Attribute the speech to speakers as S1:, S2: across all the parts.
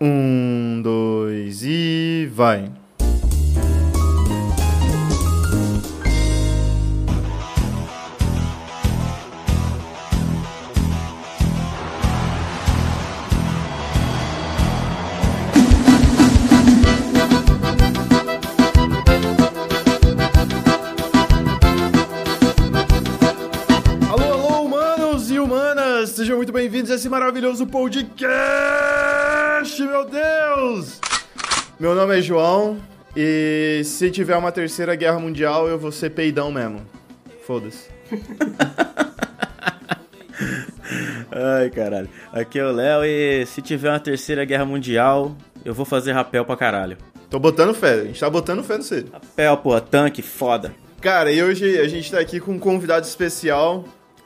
S1: Um, dois e vai. Alô, alô, humanos e humanas! Sejam muito bem-vindos a esse maravilhoso podcast, meu Deus! Meu nome é João e se tiver uma terceira guerra mundial, eu vou ser peidão mesmo. Foda-se.
S2: Ai, caralho. Aqui é o Léo e se tiver uma terceira guerra mundial, eu vou fazer rapel pra caralho.
S1: Tô botando fé, a gente tá botando fé no cedo.
S2: Rapel, porra, tanque, foda.
S1: Cara, e hoje a gente tá aqui com um convidado especial.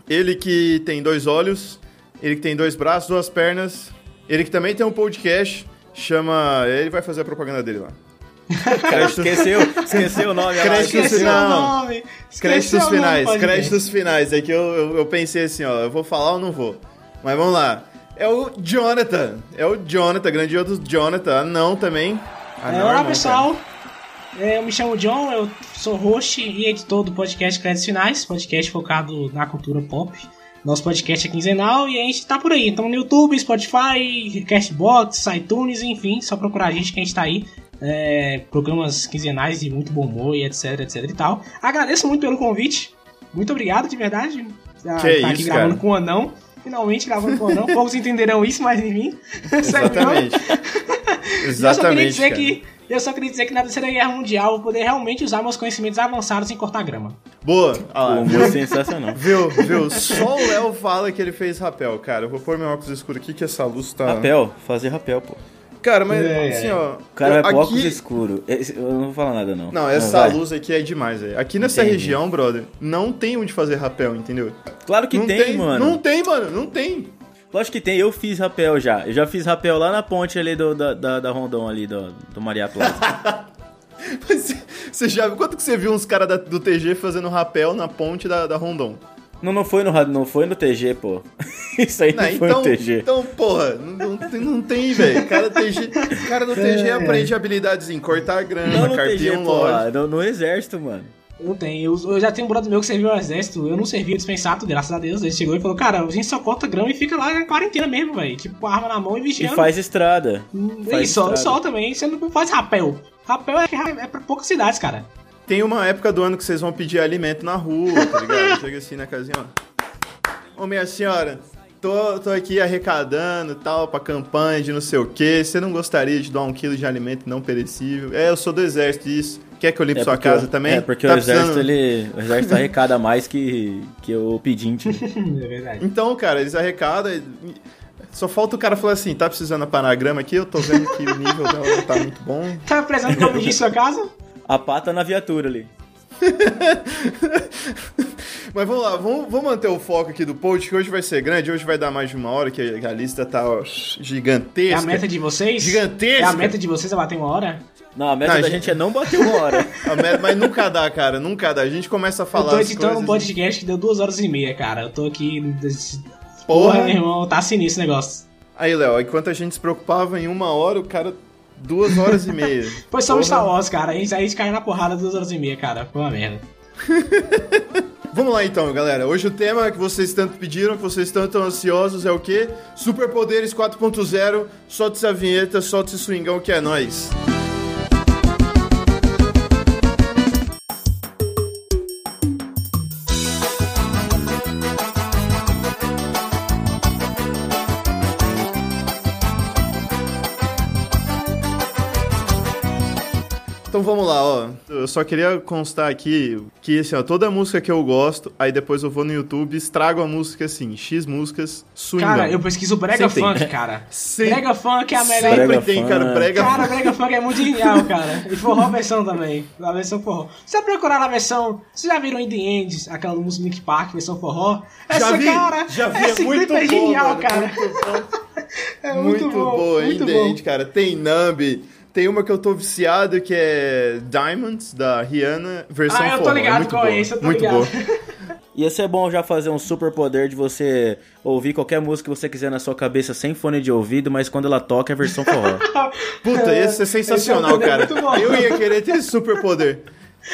S1: Ele que tem dois olhos, ele que tem dois braços, duas pernas, ele que também tem um podcast, chama. Ele vai fazer a propaganda dele lá.
S2: Cara, esqueceu, esqueceu o nome. olha lá,
S1: Crédito
S2: esqueceu.
S1: Esqueceu
S3: o
S1: final.
S3: nome. Esqueceu
S1: Créditos
S3: o nome,
S1: finais,
S3: pode
S1: créditos finais. É que eu, eu, eu pensei assim, ó, eu vou falar ou não vou? Mas vamos lá. É o Jonathan. É o Jonathan, grandioso Jonathan. Ah, não também. Ah,
S3: ver.
S1: não,
S3: É, Olá,
S1: irmão,
S3: pessoal. É, Eu me chamo John, eu sou host e editor do podcast Créditos Finais, podcast focado na cultura pop. Nosso podcast é quinzenal e a gente tá por aí. Estamos no YouTube, Spotify, Castbox, iTunes, enfim, só procurar a gente que a gente tá aí. É, programas quinzenais de muito bom humor e etc, etc e tal. Agradeço muito pelo convite. Muito obrigado, de verdade. Tá,
S1: Que
S3: tá
S1: isso,
S3: aqui gravando
S1: cara.
S3: com o anão. Finalmente gravando com o anão. Poucos entenderão isso, mas enfim. Segue o jogo.
S1: Exatamente.
S3: E Eu só queria
S1: Exatamente.
S3: dizer
S1: cara.
S3: que eu só queria dizer que na Terceira Guerra Mundial eu vou poder realmente usar meus conhecimentos avançados em cortar grama.
S1: Boa. Ah, lá,
S2: Pô,
S1: viu?
S2: humor sensacional.
S1: Viu, viu? Só o Léo fala que ele fez rapel, cara. Eu vou pôr meu óculos escuro aqui que essa luz tá.
S2: Rapel, fazer rapel, pô.
S1: Cara, mas
S3: É,
S1: assim,
S3: é.
S1: ó.
S2: O cara vai pro óculos
S1: aqui...
S2: escuro. Esse- Eu não vou falar nada, não.
S1: Não, essa
S2: vai.
S1: luz aqui é demais, velho. Aqui nessa
S2: Entendi.
S1: região, brother, não tem onde fazer rapel, entendeu?
S2: Claro que
S1: não
S2: tem, mano.
S1: Não tem, mano. Não tem.
S2: Lógico que tem, eu fiz rapel já. Eu já fiz rapel lá na ponte ali do, da, da, da Rondon ali, do, do Maria Plaza.
S1: Mas Você já viu quanto que você viu uns caras do TG fazendo rapel na ponte da, da Rondon?
S2: não, não foi no ra- não foi no TG, pô. Isso aí não,
S1: Né,
S2: foi
S1: então,
S2: no TG.
S1: então, porra, não, não tem- não tem, velho. Cara, do TG cara do
S3: É,
S1: TG aprende habilidades em cortar grama,
S2: Não no
S1: carpir
S2: TG,
S1: um
S2: pô,
S1: lolly.
S2: no, no exército, mano.
S3: Eu tenho, eu, eu já tenho um brother meu que serviu ao exército, eu não servia dispensado, graças a Deus. Ele chegou e falou, cara, a gente só corta grama e fica lá na quarentena mesmo, velho. Tipo, com a arma na mão e
S2: E
S3: vigiando.
S2: faz estrada.
S3: Hum,
S2: faz
S3: e sol,
S2: estrada.
S3: sol também, você não faz rapel. Rapel é, é pra poucas cidades, cara.
S1: Tem uma época do ano que vocês vão pedir alimento na rua, tá ligado? Chega assim na casinha, ó. Ô, minha senhora, tô, tô aqui arrecadando tal, pra campanha de não sei o quê. Você não gostaria de doar um quilo de alimento não perecível? É, eu sou do exército, isso. Quer que eu limpe
S2: É
S1: Tipo sua
S2: porque
S1: casa
S2: o-
S1: também?
S2: É, porque
S1: Tá
S2: o exército,
S1: precisando-
S2: ele. O exército arrecada mais que, que o pedinte. né?
S3: Hum, é verdade.
S1: Então, cara, eles arrecadam. e- Só falta o cara falar assim: tá precisando aparar a grama aqui? Eu tô vendo que o nível dela não tá muito bom.
S3: Tá precisando de em sua casa?
S2: A pata na viatura ali.
S1: Mas vamos lá, vamos, vamos manter o foco aqui do post, que hoje vai ser grande. Hoje vai dar mais de uma hora, que a lista tá ó,
S3: É
S1: gigantesca.
S3: a meta de vocês?
S1: Gigantesca.
S3: É a meta de vocês é bater uma hora?
S2: Não, a meta
S1: Não,
S2: da
S1: gente-
S2: gente é não bater uma hora.
S1: A meta- mas nunca dá, cara, nunca dá. A gente começa a
S3: Eu
S1: falar
S3: tô
S1: as
S3: editando um
S1: coisas-
S3: podcast que deu duas horas e meia, cara. Eu tô aqui. Porra, meu
S1: Porra!
S3: irmão, tá sinistro esse negócio.
S1: Aí, Léo, enquanto a gente se preocupava em uma hora, o cara... Duas horas e meia.
S3: Pois um somos
S1: Porra.
S3: Star Wars, cara. A gente, a gente caiu na porrada duas horas e meia, cara. Foi uma merda.
S1: Vamos lá então, galera. Hoje o tema que vocês tanto pediram, que vocês tanto estão ansiosos é o quê? Superpoderes 4.0. Solte essa vinheta, solte esse swingão que é nóis. Então vamos lá, ó. Eu só queria constar aqui que, assim, ó, toda música que eu gosto, aí depois eu vou no YouTube, estrago a música, assim, X músicas, swingão.
S3: Cara, eu pesquiso brega
S1: Sempre
S3: funk, cara.
S1: Sem-
S3: Brega funk é a melhor.
S1: Sempre
S2: Brega
S1: tem,
S2: funk.
S1: cara, brega
S3: Cara, brega funk é muito genial, cara. E forró versão também. Na versão forró. Se você procurar na versão. Vocês já viram In The End, aquela do Music Link Park, versão forró? Essa,
S1: já vi,
S3: cara.
S1: já vi,
S3: esse
S1: é muito
S3: clipe
S1: bom,
S3: é genial,
S1: mano,
S3: cara.
S1: Muito bom.
S3: É
S1: muito,
S3: muito, bom.
S1: boa,
S3: muito bom.
S1: independente, cara. Tem Nambi. Tem uma que eu tô viciado que é Diamonds, da Rihanna, versão
S3: Ah, eu tô
S1: forró.
S3: ligado
S1: muito
S3: qual é
S1: boa,
S3: esse, eu tô
S1: Muito
S3: ligado.
S1: boa.
S2: Ia ser bom já fazer um super poder de você ouvir qualquer música que você quiser na sua cabeça sem fone de ouvido, mas quando ela toca é versão forró.
S1: Puta, ia ser sensacional,
S3: poder é
S1: cara.
S3: muito bom.
S1: Eu ia querer ter esse superpoder.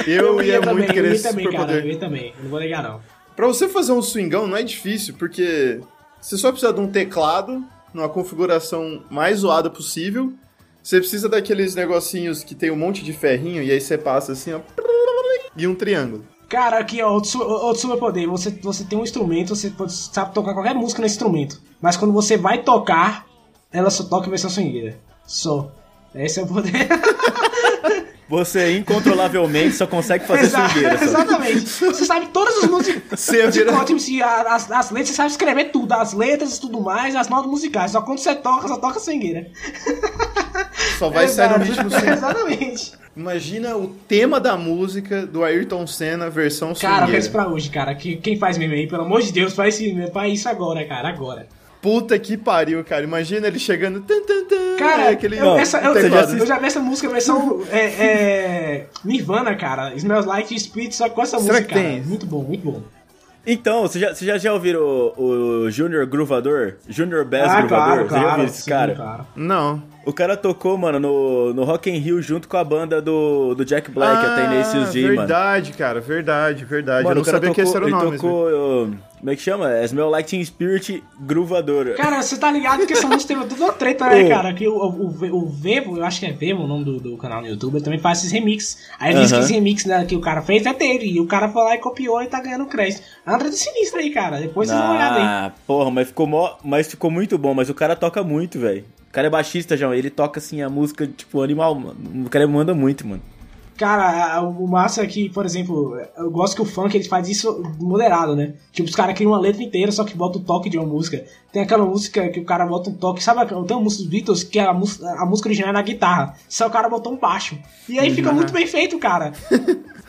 S1: Eu, ia
S3: também,
S1: muito querer
S3: eu ia
S1: esse
S3: também, cara, eu
S1: superpoder.
S3: ia também. Não vou negar, não.
S1: Pra você fazer um swingão não é difícil, porque você só precisa de um teclado, numa configuração mais zoada possível. Você precisa daqueles negocinhos que tem um monte de ferrinho e aí você passa assim, ó. E um triângulo.
S3: Cara, aqui, ó, outro, su- outro superpoder. Você, você tem um instrumento, você pode- sabe tocar qualquer música nesse instrumento. Mas quando você vai tocar, ela só toca em versão swingueira. Só. Esse é o poder.
S2: Você incontrolavelmente só consegue fazer
S3: Exa-
S2: swingueira. Só.
S3: Exatamente. Você sabe todas as músicas.
S1: Você
S3: de
S1: vira-
S3: Cotton, se a- as, as letras, você sabe escrever tudo, as letras e tudo mais, as notas musicais. Só quando você toca, só toca swingueira.
S1: Só vai sair
S3: Exato.
S1: no ritmo swing.
S3: Exatamente.
S1: Imagina o tema da música do Ayrton Senna versão
S3: Cara, eu quero isso
S1: swingueira.
S3: pra hoje, cara. Que, quem faz meme aí, pelo amor de Deus, faz, esse- faz isso agora, cara, agora.
S1: Puta que pariu, cara. Imagina ele chegando. Tan, tan, tan,
S3: Cara,
S1: aí É aquele
S3: eu, essa, eu,
S1: teclado.
S3: eu já, vi essa música versão é, é, Nirvana, cara. Smells Like Spirit, só com essa
S1: Será
S3: música,
S1: que
S3: cara.
S1: tem?
S3: Muito bom, muito bom.
S2: Então, vocês já, vocês já, já ouviram o, o Junior Groovador? Junior Bass
S1: Ah,
S2: Groovador? Vocês já ouviram esse
S3: sim,
S2: cara?
S3: claro.
S1: Não.
S2: O cara tocou, mano, no, no Rock in Rio junto com a banda do, do Jack Black
S1: ah,
S2: até nesses dias, mano.
S1: Verdade, cara, verdade, verdade.
S2: Mano,
S1: eu não
S2: o cara
S1: sabia
S2: tocou,
S1: que esse era o
S2: ele
S1: nome. mesmo.
S2: tocou, uh, como é que chama? É Smell Like Teen Spirit Groovador.
S3: Cara, você tá ligado que essa música teve toda uma treta, né,
S2: Ô.
S3: cara? Que o, o, o Vevo, eu acho que é Vevo o nome do, do canal no YouTube, ele também faz esses remix. Aí ele disse que
S2: Aham.
S3: esse remix né, que o cara fez é dele, e o cara foi lá e copiou e tá ganhando crédito. Anda de sinistro aí, cara. Depois vocês dão uma olhada aí.
S2: ah, porra, mas ficou, mó, mas ficou muito bom, mas o cara toca muito, velho. O cara é baixista, João, ele toca, assim, a música, tipo, animal, mano. O cara manda muito, mano.
S3: Cara, a- o massa é que, por exemplo, eu gosto que o funk ele faz isso moderado, né? Tipo, os caras criam uma letra inteira, só que bota o toque de uma música. Tem aquela música que o cara bota um toque, sabe? aquela- Tem uma música dos Beatles que a, mus- a música original é na guitarra, só o cara botou um baixo. E aí
S1: Uhum.
S3: fica muito bem feito, cara.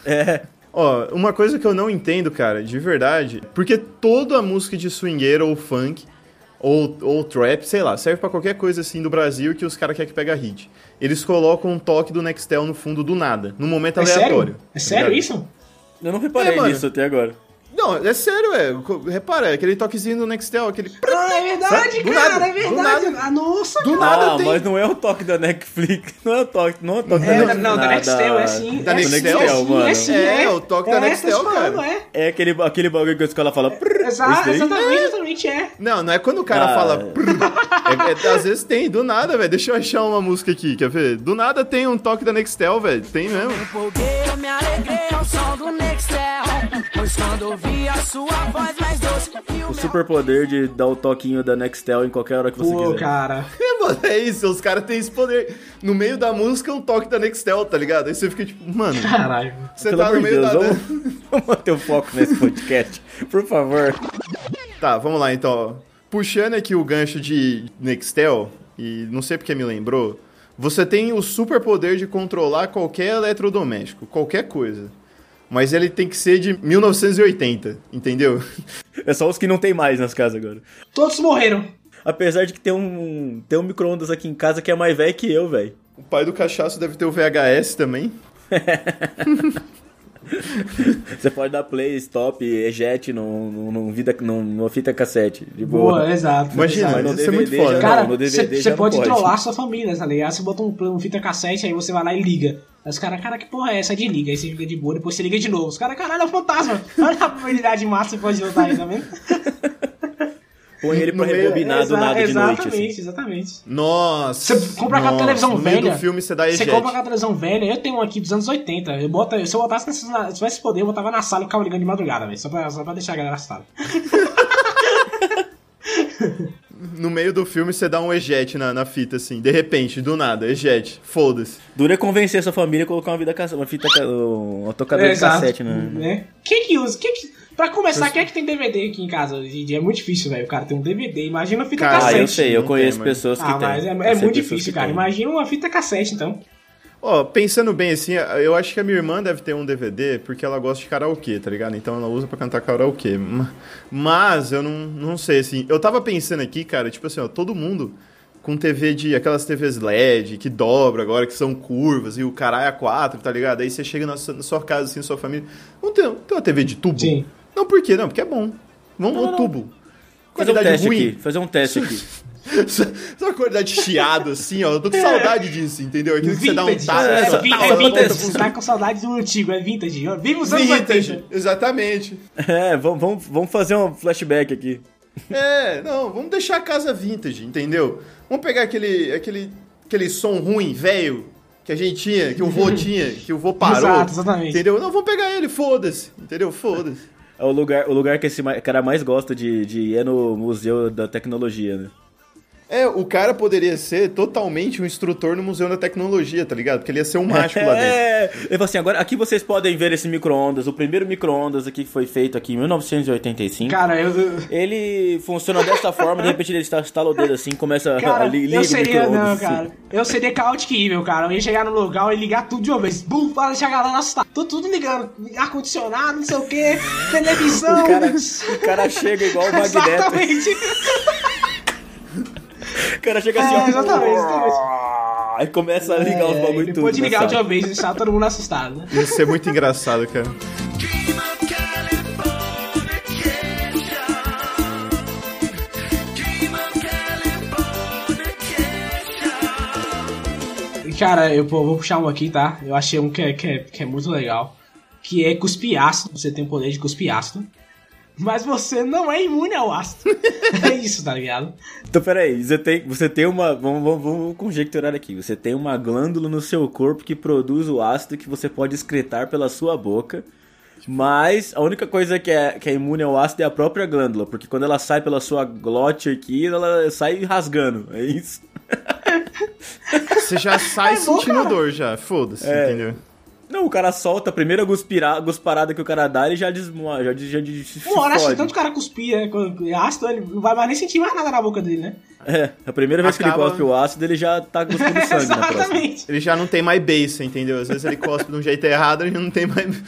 S2: É,
S1: Ó, uma coisa que eu não entendo, cara, de verdade, porque toda a música de swingueira ou funk ou, ou trap, sei lá, serve pra qualquer coisa assim do Brasil que os caras querem que pega hit. Eles colocam um toque do Nextel no fundo do nada, num momento
S3: É
S1: Então aleatório. tá
S3: sério? É sério
S1: ligado?
S3: isso?
S2: eu não reparei
S1: É, mano.
S2: nisso até agora.
S1: Não, é sério, é. Co- Repara, é aquele toquezinho do Nextel, aquele.
S3: Ah, é verdade,
S1: Sabe? Do
S3: cara,
S1: nada,
S3: é
S1: do
S3: verdade.
S1: nada.
S3: Ah, nossa,
S1: Do
S3: cara.
S1: nada
S2: ah,
S1: tem.
S2: mas não é o toque da Netflix, não é o toque, não é o toque
S3: É,
S2: da Netflix.
S3: não, da
S2: nada.
S3: Nextel, é sim.
S1: Da
S3: é sim,
S1: Nextel,
S3: é sim,
S2: mano.
S3: É, sim,
S1: É, o toque da
S3: É, tá
S1: Nextel,
S3: te falando,
S1: cara.
S3: É.
S2: É aquele, aquele bagulho que a escola fala... "Prrr", esse
S3: Exa
S2: daí.
S3: exatamente, exatamente é.
S1: Não, não é quando o cara
S2: Ah,
S1: fala.
S2: é.
S1: "Prrr". É- é- às vezes tem, do nada, velho. Deixa eu achar uma música aqui, quer ver? Do nada tem um toque da Nextel, velho. Tem mesmo.
S4: Empolguei, eu me alegrei ao som do Nextel. Pois quando ouvi a sua voz mais doce, e o
S2: é O
S4: meu
S2: superpoder de dar o toquinho da Nextel em qualquer hora que você
S3: Pô,
S2: quiser.
S3: cara.
S1: É, mano, é isso. Os caras têm esse poder. No meio da música, um toque da Nextel, tá ligado? Aí você fica tipo, mano,
S3: Caralho.
S1: você
S2: Pelo
S1: tá no
S2: amor de
S1: meio
S2: Deus,
S1: da.
S2: vamos, vamos manter o foco nesse podcast, por favor.
S1: Tá, vamos lá então. Puxando aqui o gancho de Nextel, e não sei porque me lembrou, você tem o superpoder de controlar qualquer eletrodoméstico, qualquer coisa. Mas ele tem que ser de 1980, entendeu?
S2: É só os que não tem mais nas casas agora.
S3: Todos morreram.
S2: Apesar de que tem um, tem um micro-ondas aqui em casa que é mais velho que eu, velho.
S1: O pai do cachaço deve ter o VHS também.
S2: Você pode dar play, stop, eject num, num, num vida, num- numa fita cassete, de boa.
S3: Boa, é exato.
S1: Imagina,
S3: exato.
S2: Mas no
S1: Isso é muito
S2: DVD
S1: foda.
S2: já
S3: Cara,
S2: não, no DVD já
S3: você
S2: não
S3: pode,
S2: pode.
S3: trollar sua família, tá ligado? Você bota um, um fita cassete, aí você vai lá e liga. Aí os caras, cara, que porra é essa? Aí desliga. Aí você liga de boa, depois você liga de novo. Os caras, caralho, é um fantasma. Olha a probabilidade massa que pode voltar aí, tá vendo?
S2: Põe ele pra
S1: No meio-
S2: rebobinar do
S3: Exa-
S2: nada de noite.
S3: Exatamente,
S2: assim.
S3: exatamente.
S1: Nossa!
S3: Você compra aquela
S1: nossa,
S3: televisão
S1: no meio
S3: velha,
S1: do filme você dá
S3: Você
S1: eject.
S3: compra aquela televisão velha, eu tenho uma aqui dos anos 80. Eu boto, se eu botasse nessa, se tivesse poder, eu botava na sala e ficava ligando de madrugada, velho. Só pra, só pra deixar a galera assustada.
S1: No meio do filme você dá um eject na, na fita, assim, de repente, do nada, eject, foda-se.
S2: Dura é convencer sua família a colocar uma, vida, cass- uma fita, ca- uma tocadora de cassete, né?
S3: Né? Quem que usa? Quem que... Pra começar, quem é que tem DVD aqui em casa hoje em dia? É muito difícil, velho. O cara tem um DVD. Imagina uma fita
S1: Cara,
S2: Ah,
S3: cassete.
S2: eu sei, eu
S1: não
S2: conheço
S1: tem, mas-
S2: pessoas que
S3: Ah,
S2: têm.
S3: mas é,
S2: Eu sei
S3: é muito
S2: pessoas que
S3: difícil, cara.
S2: têm.
S3: Imagina uma fita cassete, então.
S1: Ó, pensando bem assim, eu acho que a minha irmã deve ter um DVD porque ela gosta de karaokê, tá ligado? Então ela usa pra cantar karaokê. Ma- Mas eu não, não sei, assim. Eu tava pensando aqui, cara, tipo assim, ó, todo mundo com TV de. aquelas TVs LED que dobra agora, que são curvas e o é caralho a quatro, tá ligado? Aí você chega na sua, na sua casa, assim, na sua família. Não tem, tem uma TV de tubo?
S3: Sim.
S1: Não, por quê? Não, porque é bom. Não,
S2: Não, não,
S1: não,
S2: não.
S1: tubo.
S2: Fazer um
S1: Qualidade
S2: teste
S1: ruim.
S2: aqui. Fazer um teste aqui.
S1: Só só uma qualidade chiado, assim, ó. Eu tô com saudade disso, entendeu? Aquilo que você dá um
S3: É. Vintage.
S1: tapa.
S2: é,
S3: É,
S1: só
S2: essa-
S3: vi-
S1: tapa
S3: é
S1: na
S3: vintage.
S1: ponta
S3: Você
S1: com-
S3: tá com saudade do antigo, é vintage. ó. Vive os anos 80.
S1: Vintage, exatamente.
S2: É, vamos, vamos, vamos fazer um flashback aqui.
S1: É, não, vamos deixar a casa vintage, entendeu? Vamos pegar aquele, aquele, aquele som ruim, velho, que a gente tinha, que o vô tinha, que o vô parou.
S3: Uhum. Exato, exatamente.
S1: Entendeu? Não, vamos pegar ele, foda-se. Entendeu? Foda-se.
S2: É o lugar, o lugar que esse ma- cara mais gosta de, de ir é no Museu da Tecnologia, né?
S1: É, o cara poderia ser totalmente um instrutor no Museu da Tecnologia, tá ligado? Porque ele ia ser um mágico lá dentro.
S2: É, ele falou assim, agora aqui vocês podem ver esse micro-ondas, o primeiro micro-ondas aqui que foi feito aqui em 1985.
S3: Cara, eu. eu-
S2: Ele funciona dessa forma, de repente ele está- estala o dedo assim, começa
S3: Cara,
S2: a li, liga
S3: eu
S2: o
S3: seria, não,
S2: micro-ondas. assim.
S3: cara. Eu seria Chaotic Evil, cara. Eu ia chegar no lugar e ligar tudo de uma vez. Bum, para deixar a galera assustada. Tô tudo ligando. Ar-condicionado, não sei o que, televisão.
S2: O cara, o cara chega igual o Magneto.
S3: Exatamente.
S2: O cara chega assim, ó.
S3: É, exatamente, exatamente.
S2: Aí começa a ligar os
S3: É,
S2: bagulho
S3: ele
S2: tudo. né,
S3: pode ligar de
S2: nessa
S3: uma vez e deixar todo mundo assustado, né?
S1: Ia ser muito engraçado, cara.
S3: E, Cara, eu pô, vou puxar um aqui, tá? Eu achei um que é, que é, que é muito legal. Que é cuspir ácido. Você tem o poder de cuspir ácido. Mas você não é imune ao ácido. é isso, tá ligado?
S2: Então, peraí, você tem, você tem uma. Vamos, vamos- vamos conjecturar aqui. Você tem uma glândula no seu corpo que produz o ácido que você pode excretar pela sua boca. Mas a única coisa que é, que é imune ao ácido é a própria glândula, porque quando ela sai pela sua glote aqui, ela sai rasgando. É isso.
S1: Você já sai
S3: bom,
S1: sentindo dor já, foda-se, entendeu?
S2: Não, o cara solta a primeira guspira- gusparada que o cara dá e já desmoa, já, des- já, des- se
S3: Uma hora né, acho que
S2: fode.
S3: tanto o cara cuspia com ácido, ele não vai mais nem sentir mais nada na boca dele, né?
S2: É, a primeira vez que ele
S1: Acaba-
S2: cospe o ácido, ele já tá cuspindo sangue na próxima.
S3: Exatamente.
S1: Ele já não tem mais base, entendeu? Às vezes ele cospe de um jeito errado, ele não tem mais.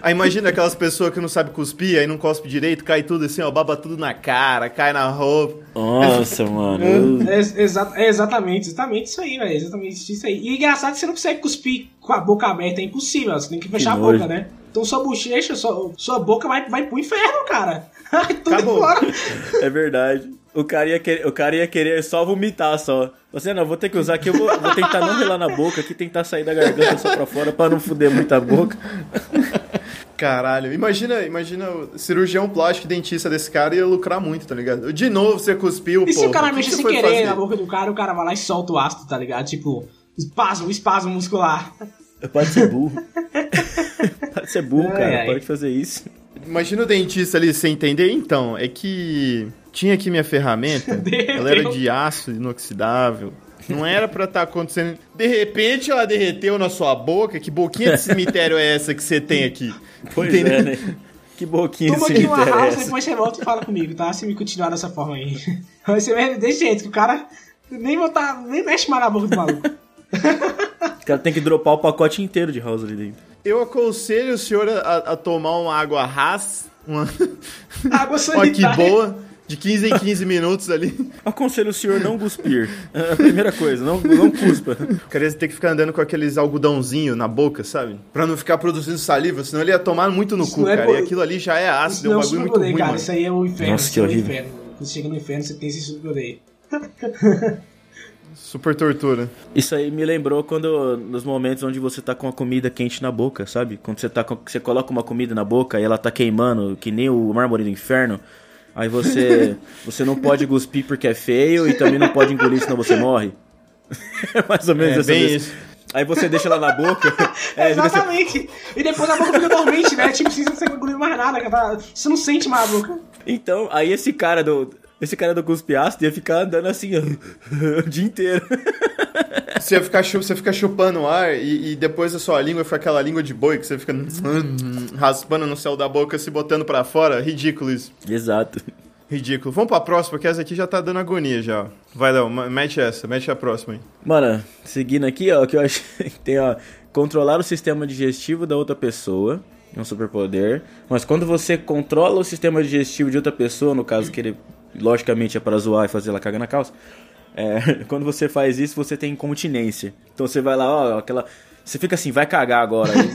S1: Aí imagina aquelas pessoas que não sabem cuspir, aí não cospe direito, cai tudo assim, ó, baba tudo na cara, cai na roupa.
S2: Nossa, mano.
S3: É, exa- é exatamente, exatamente isso aí, velho. Exatamente isso aí. E engraçado é que você não consegue cuspir com a boca aberta, é impossível. Você tem que fechar
S2: Que
S3: a boca,
S2: nojo.
S3: né? Então sua bochecha, sua, sua boca vai, vai pro inferno, cara. Ai, tudo
S1: Acabou.
S3: embora.
S2: É verdade. O cara ia querer, o cara ia querer só vomitar só. Você não, vou ter que usar aqui, eu vou, vou tentar não relar na boca aqui, tentar sair da garganta só pra fora pra não fuder muito a boca.
S1: Caralho, imagina, imagina o cirurgião plástico e dentista desse cara ia lucrar muito, tá ligado? De novo você cuspiu,
S3: E se
S1: porra,
S3: o cara
S1: que
S3: mexe
S1: que
S3: sem
S1: você foi
S3: querer né?
S1: fazer?
S3: na boca do cara, o cara vai lá e solta o ácido, tá ligado? Tipo, espasmo, espasmo muscular.
S2: Pode ser burro. Pode ser burro,
S3: Ai,
S2: cara.
S3: ai.
S2: Pode fazer isso.
S1: Imagina o dentista ali sem entender, então, é que tinha aqui minha ferramenta,
S3: Derreteu.
S1: ela era de aço inoxidável. Não era pra estar acontecendo. De repente ela derreteu na sua boca. Que boquinha de cemitério é essa que você tem aqui?
S2: Pois
S1: Entendeu?
S2: é, né? Que boquinha
S3: Toma
S2: se
S3: aqui uma house, né?
S2: interessa.
S3: depois você volta e fala comigo, tá? Se me continuar dessa forma aí. Aí você vai desse jeito, que o cara nem botar, nem mexe mais na boca do maluco.
S2: O cara tem que dropar o pacote inteiro de house ali dentro.
S1: Eu aconselho o senhor a, a tomar uma água Haas, uma,
S3: Água
S1: uma que
S3: sanitária.
S1: boa, de 15 em 15 minutos ali.
S2: Aconselho o senhor não cuspir. É a primeira coisa, não, não cuspa.
S1: O cara ia ter que ficar andando com aqueles algodãozinho na boca, sabe? Pra não ficar produzindo saliva, senão ele ia tomar muito no
S3: Isso
S1: cu,
S3: não é
S1: cara.
S3: bo-
S1: E aquilo ali já é
S3: Isso
S1: ácido, é um
S3: não é
S1: bagulho muito
S3: superpoder,
S1: ruim,
S3: cara.
S1: mano.
S3: Isso aí é o inferno.
S2: Nossa,
S3: isso
S2: que
S3: é o
S2: horrível.
S3: inferno. Quando chega no inferno, você tem esse superpoder.
S1: Super tortura.
S2: Isso aí me lembrou quando nos momentos onde você tá com a comida quente na boca, sabe? Quando você tá com, você coloca uma comida na boca e ela tá queimando, que nem o mármore do inferno. Aí você você não pode cuspir porque é feio e também não pode engolir senão você morre. É mais ou menos
S1: É,
S2: essa
S1: bem
S2: vez.
S1: isso.
S2: Aí você deixa ela na boca. É, fica assim,
S3: Exatamente. E depois a boca fica dormente, né? Tipo, assim, você não engoliu mais nada. que tá- Você não sente mais a boca.
S2: então, aí esse cara do esse cara do cuspe ácido ia ficar andando assim ó, o dia inteiro.
S1: Você ia ficar, chu- você fica chupando o ar e, e depois a sua língua fica aquela língua de boi que você fica raspando no céu da boca, se botando pra fora. Ridículo isso.
S2: Exato.
S1: Ridículo. Vamos pra próxima, que essa aqui já tá dando agonia já. ó. Vai, Léo, ma- mete essa, mete a próxima aí.
S2: Mano, seguindo aqui, ó, que eu achei que tem, ó, controlar o sistema digestivo da outra pessoa, é um superpoder. Mas quando você controla o sistema digestivo de outra pessoa, no caso que ele logicamente é para zoar e fazer ela cagar na calça, é, quando você faz isso, você tem incontinência. Então você vai lá, ó, aquela você fica assim, vai cagar agora. Aí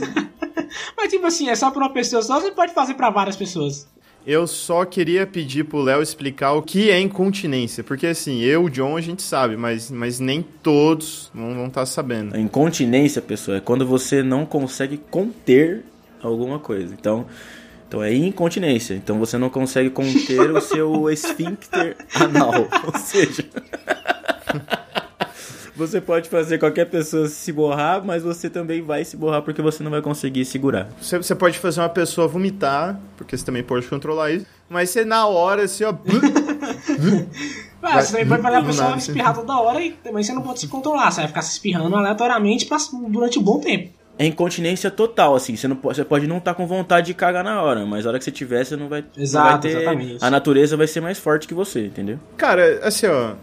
S3: Mas, tipo tipo assim, é só pra uma pessoa só, você pode fazer pra várias pessoas.
S1: Eu só queria pedir pro Léo explicar o que é incontinência, porque assim, eu, o John, a gente sabe, mas, mas nem todos vão estar sabendo.
S2: A incontinência, pessoal, é quando você não consegue conter alguma coisa. Então, então é incontinência. Então você não consegue conter o seu esfíncter anal. Ou seja. Você pode fazer qualquer pessoa se borrar, mas você também vai se borrar porque você não vai conseguir segurar.
S1: Você, você pode fazer uma pessoa vomitar, porque você também pode controlar isso, mas você na hora, assim, ó.
S3: Ah,
S1: Vai-
S3: você também pode fazer a
S1: do
S3: pessoa
S1: nada,
S3: espirrar toda hora e também você não pode se controlar. Você vai ficar se espirrando aleatoriamente pra- durante um bom tempo.
S2: É incontinência total, assim. Você, não pode, você pode não estar com vontade de cagar na hora, mas a hora que você tiver, você não vai. não
S3: Exato,
S2: vai ter-
S3: exatamente.
S2: A natureza vai ser mais forte que você, entendeu?
S1: Cara, assim, ó.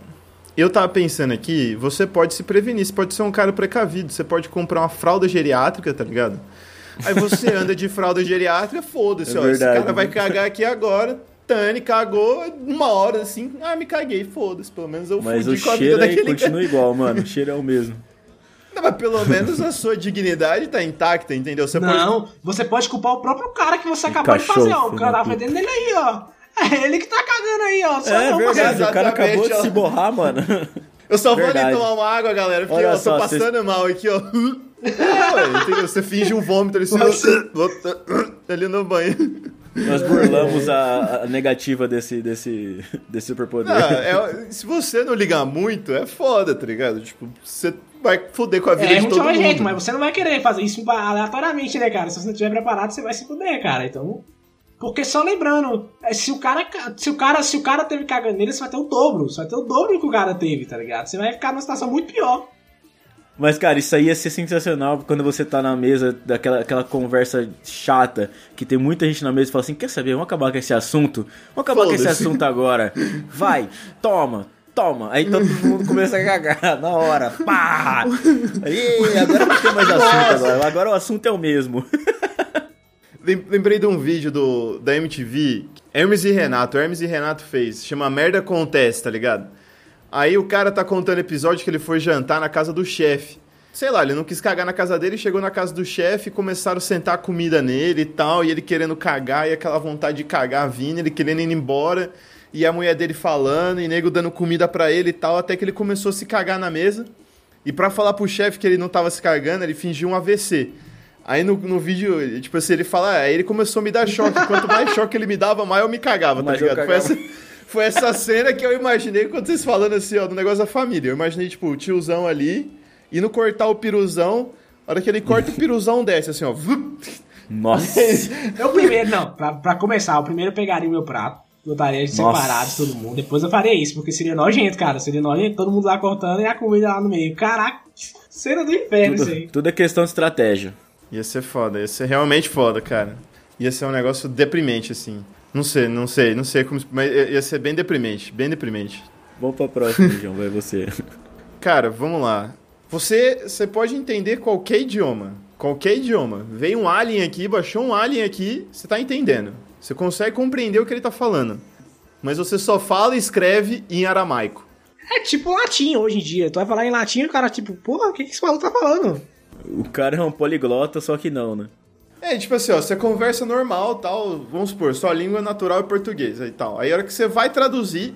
S1: Eu tava pensando aqui, você pode se prevenir, você pode ser um cara precavido, você pode comprar uma fralda geriátrica, tá ligado? Aí você anda de fralda geriátrica, foda-se,
S2: É
S1: ó.
S2: verdade.
S1: Esse cara vai cagar aqui agora. Tani cagou uma hora assim. Ah, me caguei, foda-se. Pelo menos eu
S2: Mas o
S1: fudi com a vida
S2: cheiro aí
S1: daquele cara.
S2: continua igual, mano. O cheiro é o mesmo.
S1: Não, mas pelo menos a sua dignidade tá intacta, entendeu? Você pode.
S3: não, você pode culpar o próprio cara que você acabou
S2: cachorro,
S3: de fazer, ó. O
S2: filho
S3: cara
S2: da
S3: tá
S2: puta.
S3: fedendo dele aí, ó. É ele que tá cagando aí, ó. Só
S2: É
S3: não pra
S2: verdade, o cara
S1: Exatamente,
S2: acabou de
S1: ó.
S2: se borrar, mano.
S1: Eu só vou
S2: Verdade.
S1: ali tomar uma água, galera, porque
S2: Olha
S1: eu tô
S2: só,
S1: passando mal aqui, ó. É, ué, entendeu? Você finge um vômito ali, você... ali no banho.
S2: Nós burlamos a, a negativa desse, desse, desse superpoder.
S1: Ah, é- se você não ligar muito, é foda, tá ligado? Tipo, você vai foder com a vida
S3: É,
S1: de
S3: não
S1: todo
S3: tinha
S1: mundo.
S3: jeito, mas você não vai querer fazer isso aleatoriamente, né, cara? Se você não estiver preparado, você vai se fuder, cara. Então. Porque só lembrando, é, se o cara. ca- Se o cara, se o cara teve cagando nele, você vai ter o dobro. Você vai ter o dobro que o cara teve, tá ligado? Você vai ficar numa situação muito pior.
S2: Mas, cara, isso aí ia ser sensacional quando você tá na mesa daquela aquela conversa chata, que tem muita gente na mesa e fala assim, quer saber, vamos acabar com esse assunto? Vamos acabar com esse
S1: Foda-se.
S2: assunto agora. Vai, toma, toma. Aí todo mundo começa a cagar na hora. Pá! Aí, agora não tem mais assunto agora. Agora o assunto é o mesmo.
S1: Lem- Lembrei de um vídeo do, da MTV, Hermes e Renato, Hermes e Renato fez, chama Merda Acontece, tá ligado? Aí o cara tá contando episódio que ele foi jantar na casa do chefe. Sei lá, ele não quis cagar na casa dele, chegou na casa do chefe e começaram a sentar comida nele e tal, e ele querendo cagar, e aquela vontade de cagar vindo, ele querendo ir embora, e a mulher dele falando, e nego dando comida pra ele e tal, até que ele começou a se cagar na mesa. E pra falar pro chefe que ele não tava se cagando, ele fingiu um AVC. Aí no, no vídeo, ele- tipo assim, ele fala, "Ah", aí ele começou a me dar choque. Quanto mais choque ele me dava, mais eu me cagava,
S2: Mais
S1: tá
S2: eu
S1: ligado? Foi
S2: cagava.
S1: essa, foi essa cena que eu imaginei quando vocês falando assim, ó, do negócio da família. Eu imaginei, tipo, o tiozão ali, indo cortar o piruzão. A hora que ele corta o piruzão desce, assim, ó. vup.
S2: Nossa.
S3: Eu primeiro, não, pra, pra começar, eu primeiro pegaria o meu prato, botaria ele
S2: Nossa.
S3: separado de todo mundo, depois eu faria isso, porque seria nojento, cara. Seria nojento, todo mundo lá cortando e a comida lá no meio. Caraca, cena do inferno assim. isso aí.
S2: Tudo, tudo é questão de estratégia.
S1: Ia ser foda, ia ser realmente foda, cara. Ia ser um negócio deprimente, assim. Não sei, não sei, não sei como. Mas ia ia ser bem deprimente, bem deprimente.
S2: Vamos pra próxima, João, vai você.
S1: Cara, vamos lá. Você, você pode entender qualquer idioma. Qualquer idioma. Veio um alien aqui, baixou um alien aqui, você tá entendendo. Você consegue compreender o que ele tá falando. Mas você só fala e escreve em aramaico.
S3: É tipo latim hoje em dia. Tu vai falar em latim e o cara, tipo, porra, o que, que esse maluco tá falando?
S2: O cara é um poliglota, só que não, né?
S1: É, tipo assim, ó, você conversa normal, tal, vamos supor, sua língua natural é português e tal. Aí a hora que você vai traduzir,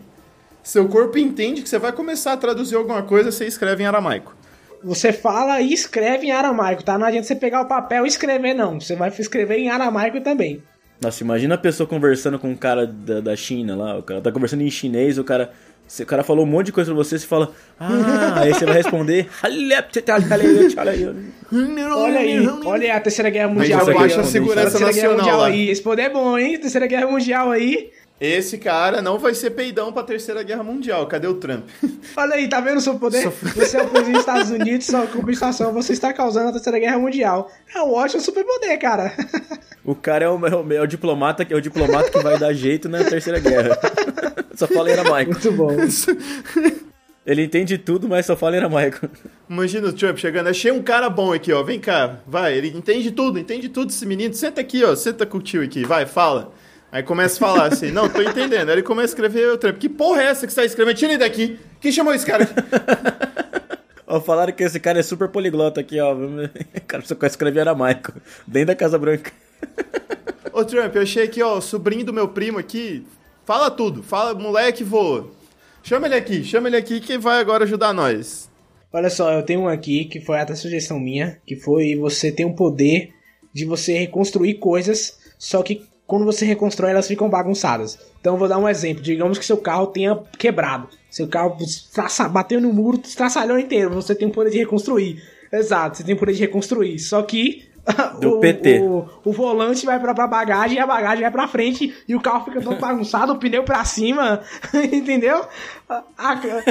S1: seu corpo entende que você vai começar a traduzir alguma coisa, você escreve em aramaico.
S3: Você fala e escreve em aramaico, tá? Não adianta você pegar o papel e escrever, não. Você vai escrever em aramaico também.
S2: Nossa, imagina a pessoa conversando com um cara da, da China lá, o cara tá conversando em chinês, o cara. se- O cara falou um monte de coisa pra você, você fala, ah, aí você vai responder.
S3: Olha aí, olha aí a Terceira Guerra Mundial.
S2: você
S3: aí,
S2: baixa
S3: ó.
S2: a segurança
S3: Terceira Guerra
S1: nacional
S3: Mundial
S1: lá.
S3: aí. Esse poder é bom, hein? Terceira Guerra Mundial aí.
S1: Esse cara não vai ser peidão pra Terceira Guerra Mundial. Cadê o Trump?
S3: Olha aí, tá vendo o seu poder? Você é o presidente dos Estados Unidos, sua compensação, você está causando a Terceira Guerra Mundial. É um ótimo superpoder, cara.
S2: O cara é o, é o, é o diplomata, que- é o diplomata que vai dar jeito na Terceira Guerra. só fala em aramaico.
S3: Muito bom.
S2: Ele entende tudo, mas só fala em aramaico.
S1: Imagina o Trump chegando, achei um cara bom aqui, ó. Vem cá, vai, ele entende tudo, entende tudo esse menino. Senta aqui, ó, senta com o tio aqui, vai, fala. Aí começa a falar assim, não, tô entendendo. Aí ele começa a escrever o Trump. Que porra é essa que você tá escrevendo? Tira ele daqui. Quem chamou esse cara?
S2: Ó, falaram que esse cara é super poliglota aqui, ó. O cara só escrever aramaico. Dentro da Casa Branca.
S1: Ô, Trump, eu achei aqui, ó, o sobrinho do meu primo aqui. Fala tudo. Fala, moleque voa. Chama ele aqui, chama ele aqui que vai agora ajudar nós.
S3: Olha só, eu tenho um aqui que foi até sugestão minha, que foi você tem o poder de você reconstruir coisas, só que quando você reconstrói elas ficam bagunçadas. Então eu vou dar um exemplo, digamos que seu carro tenha quebrado, seu carro traça- bateu no muro, estraçalhou inteiro, você tem o poder de reconstruir. Exato, você tem o poder de reconstruir, só que
S2: Deu
S3: o,
S2: PT.
S3: o- o volante vai pra, pra bagagem, a bagagem vai pra frente e o carro fica todo bagunçado, o pneu pra cima, entendeu? A-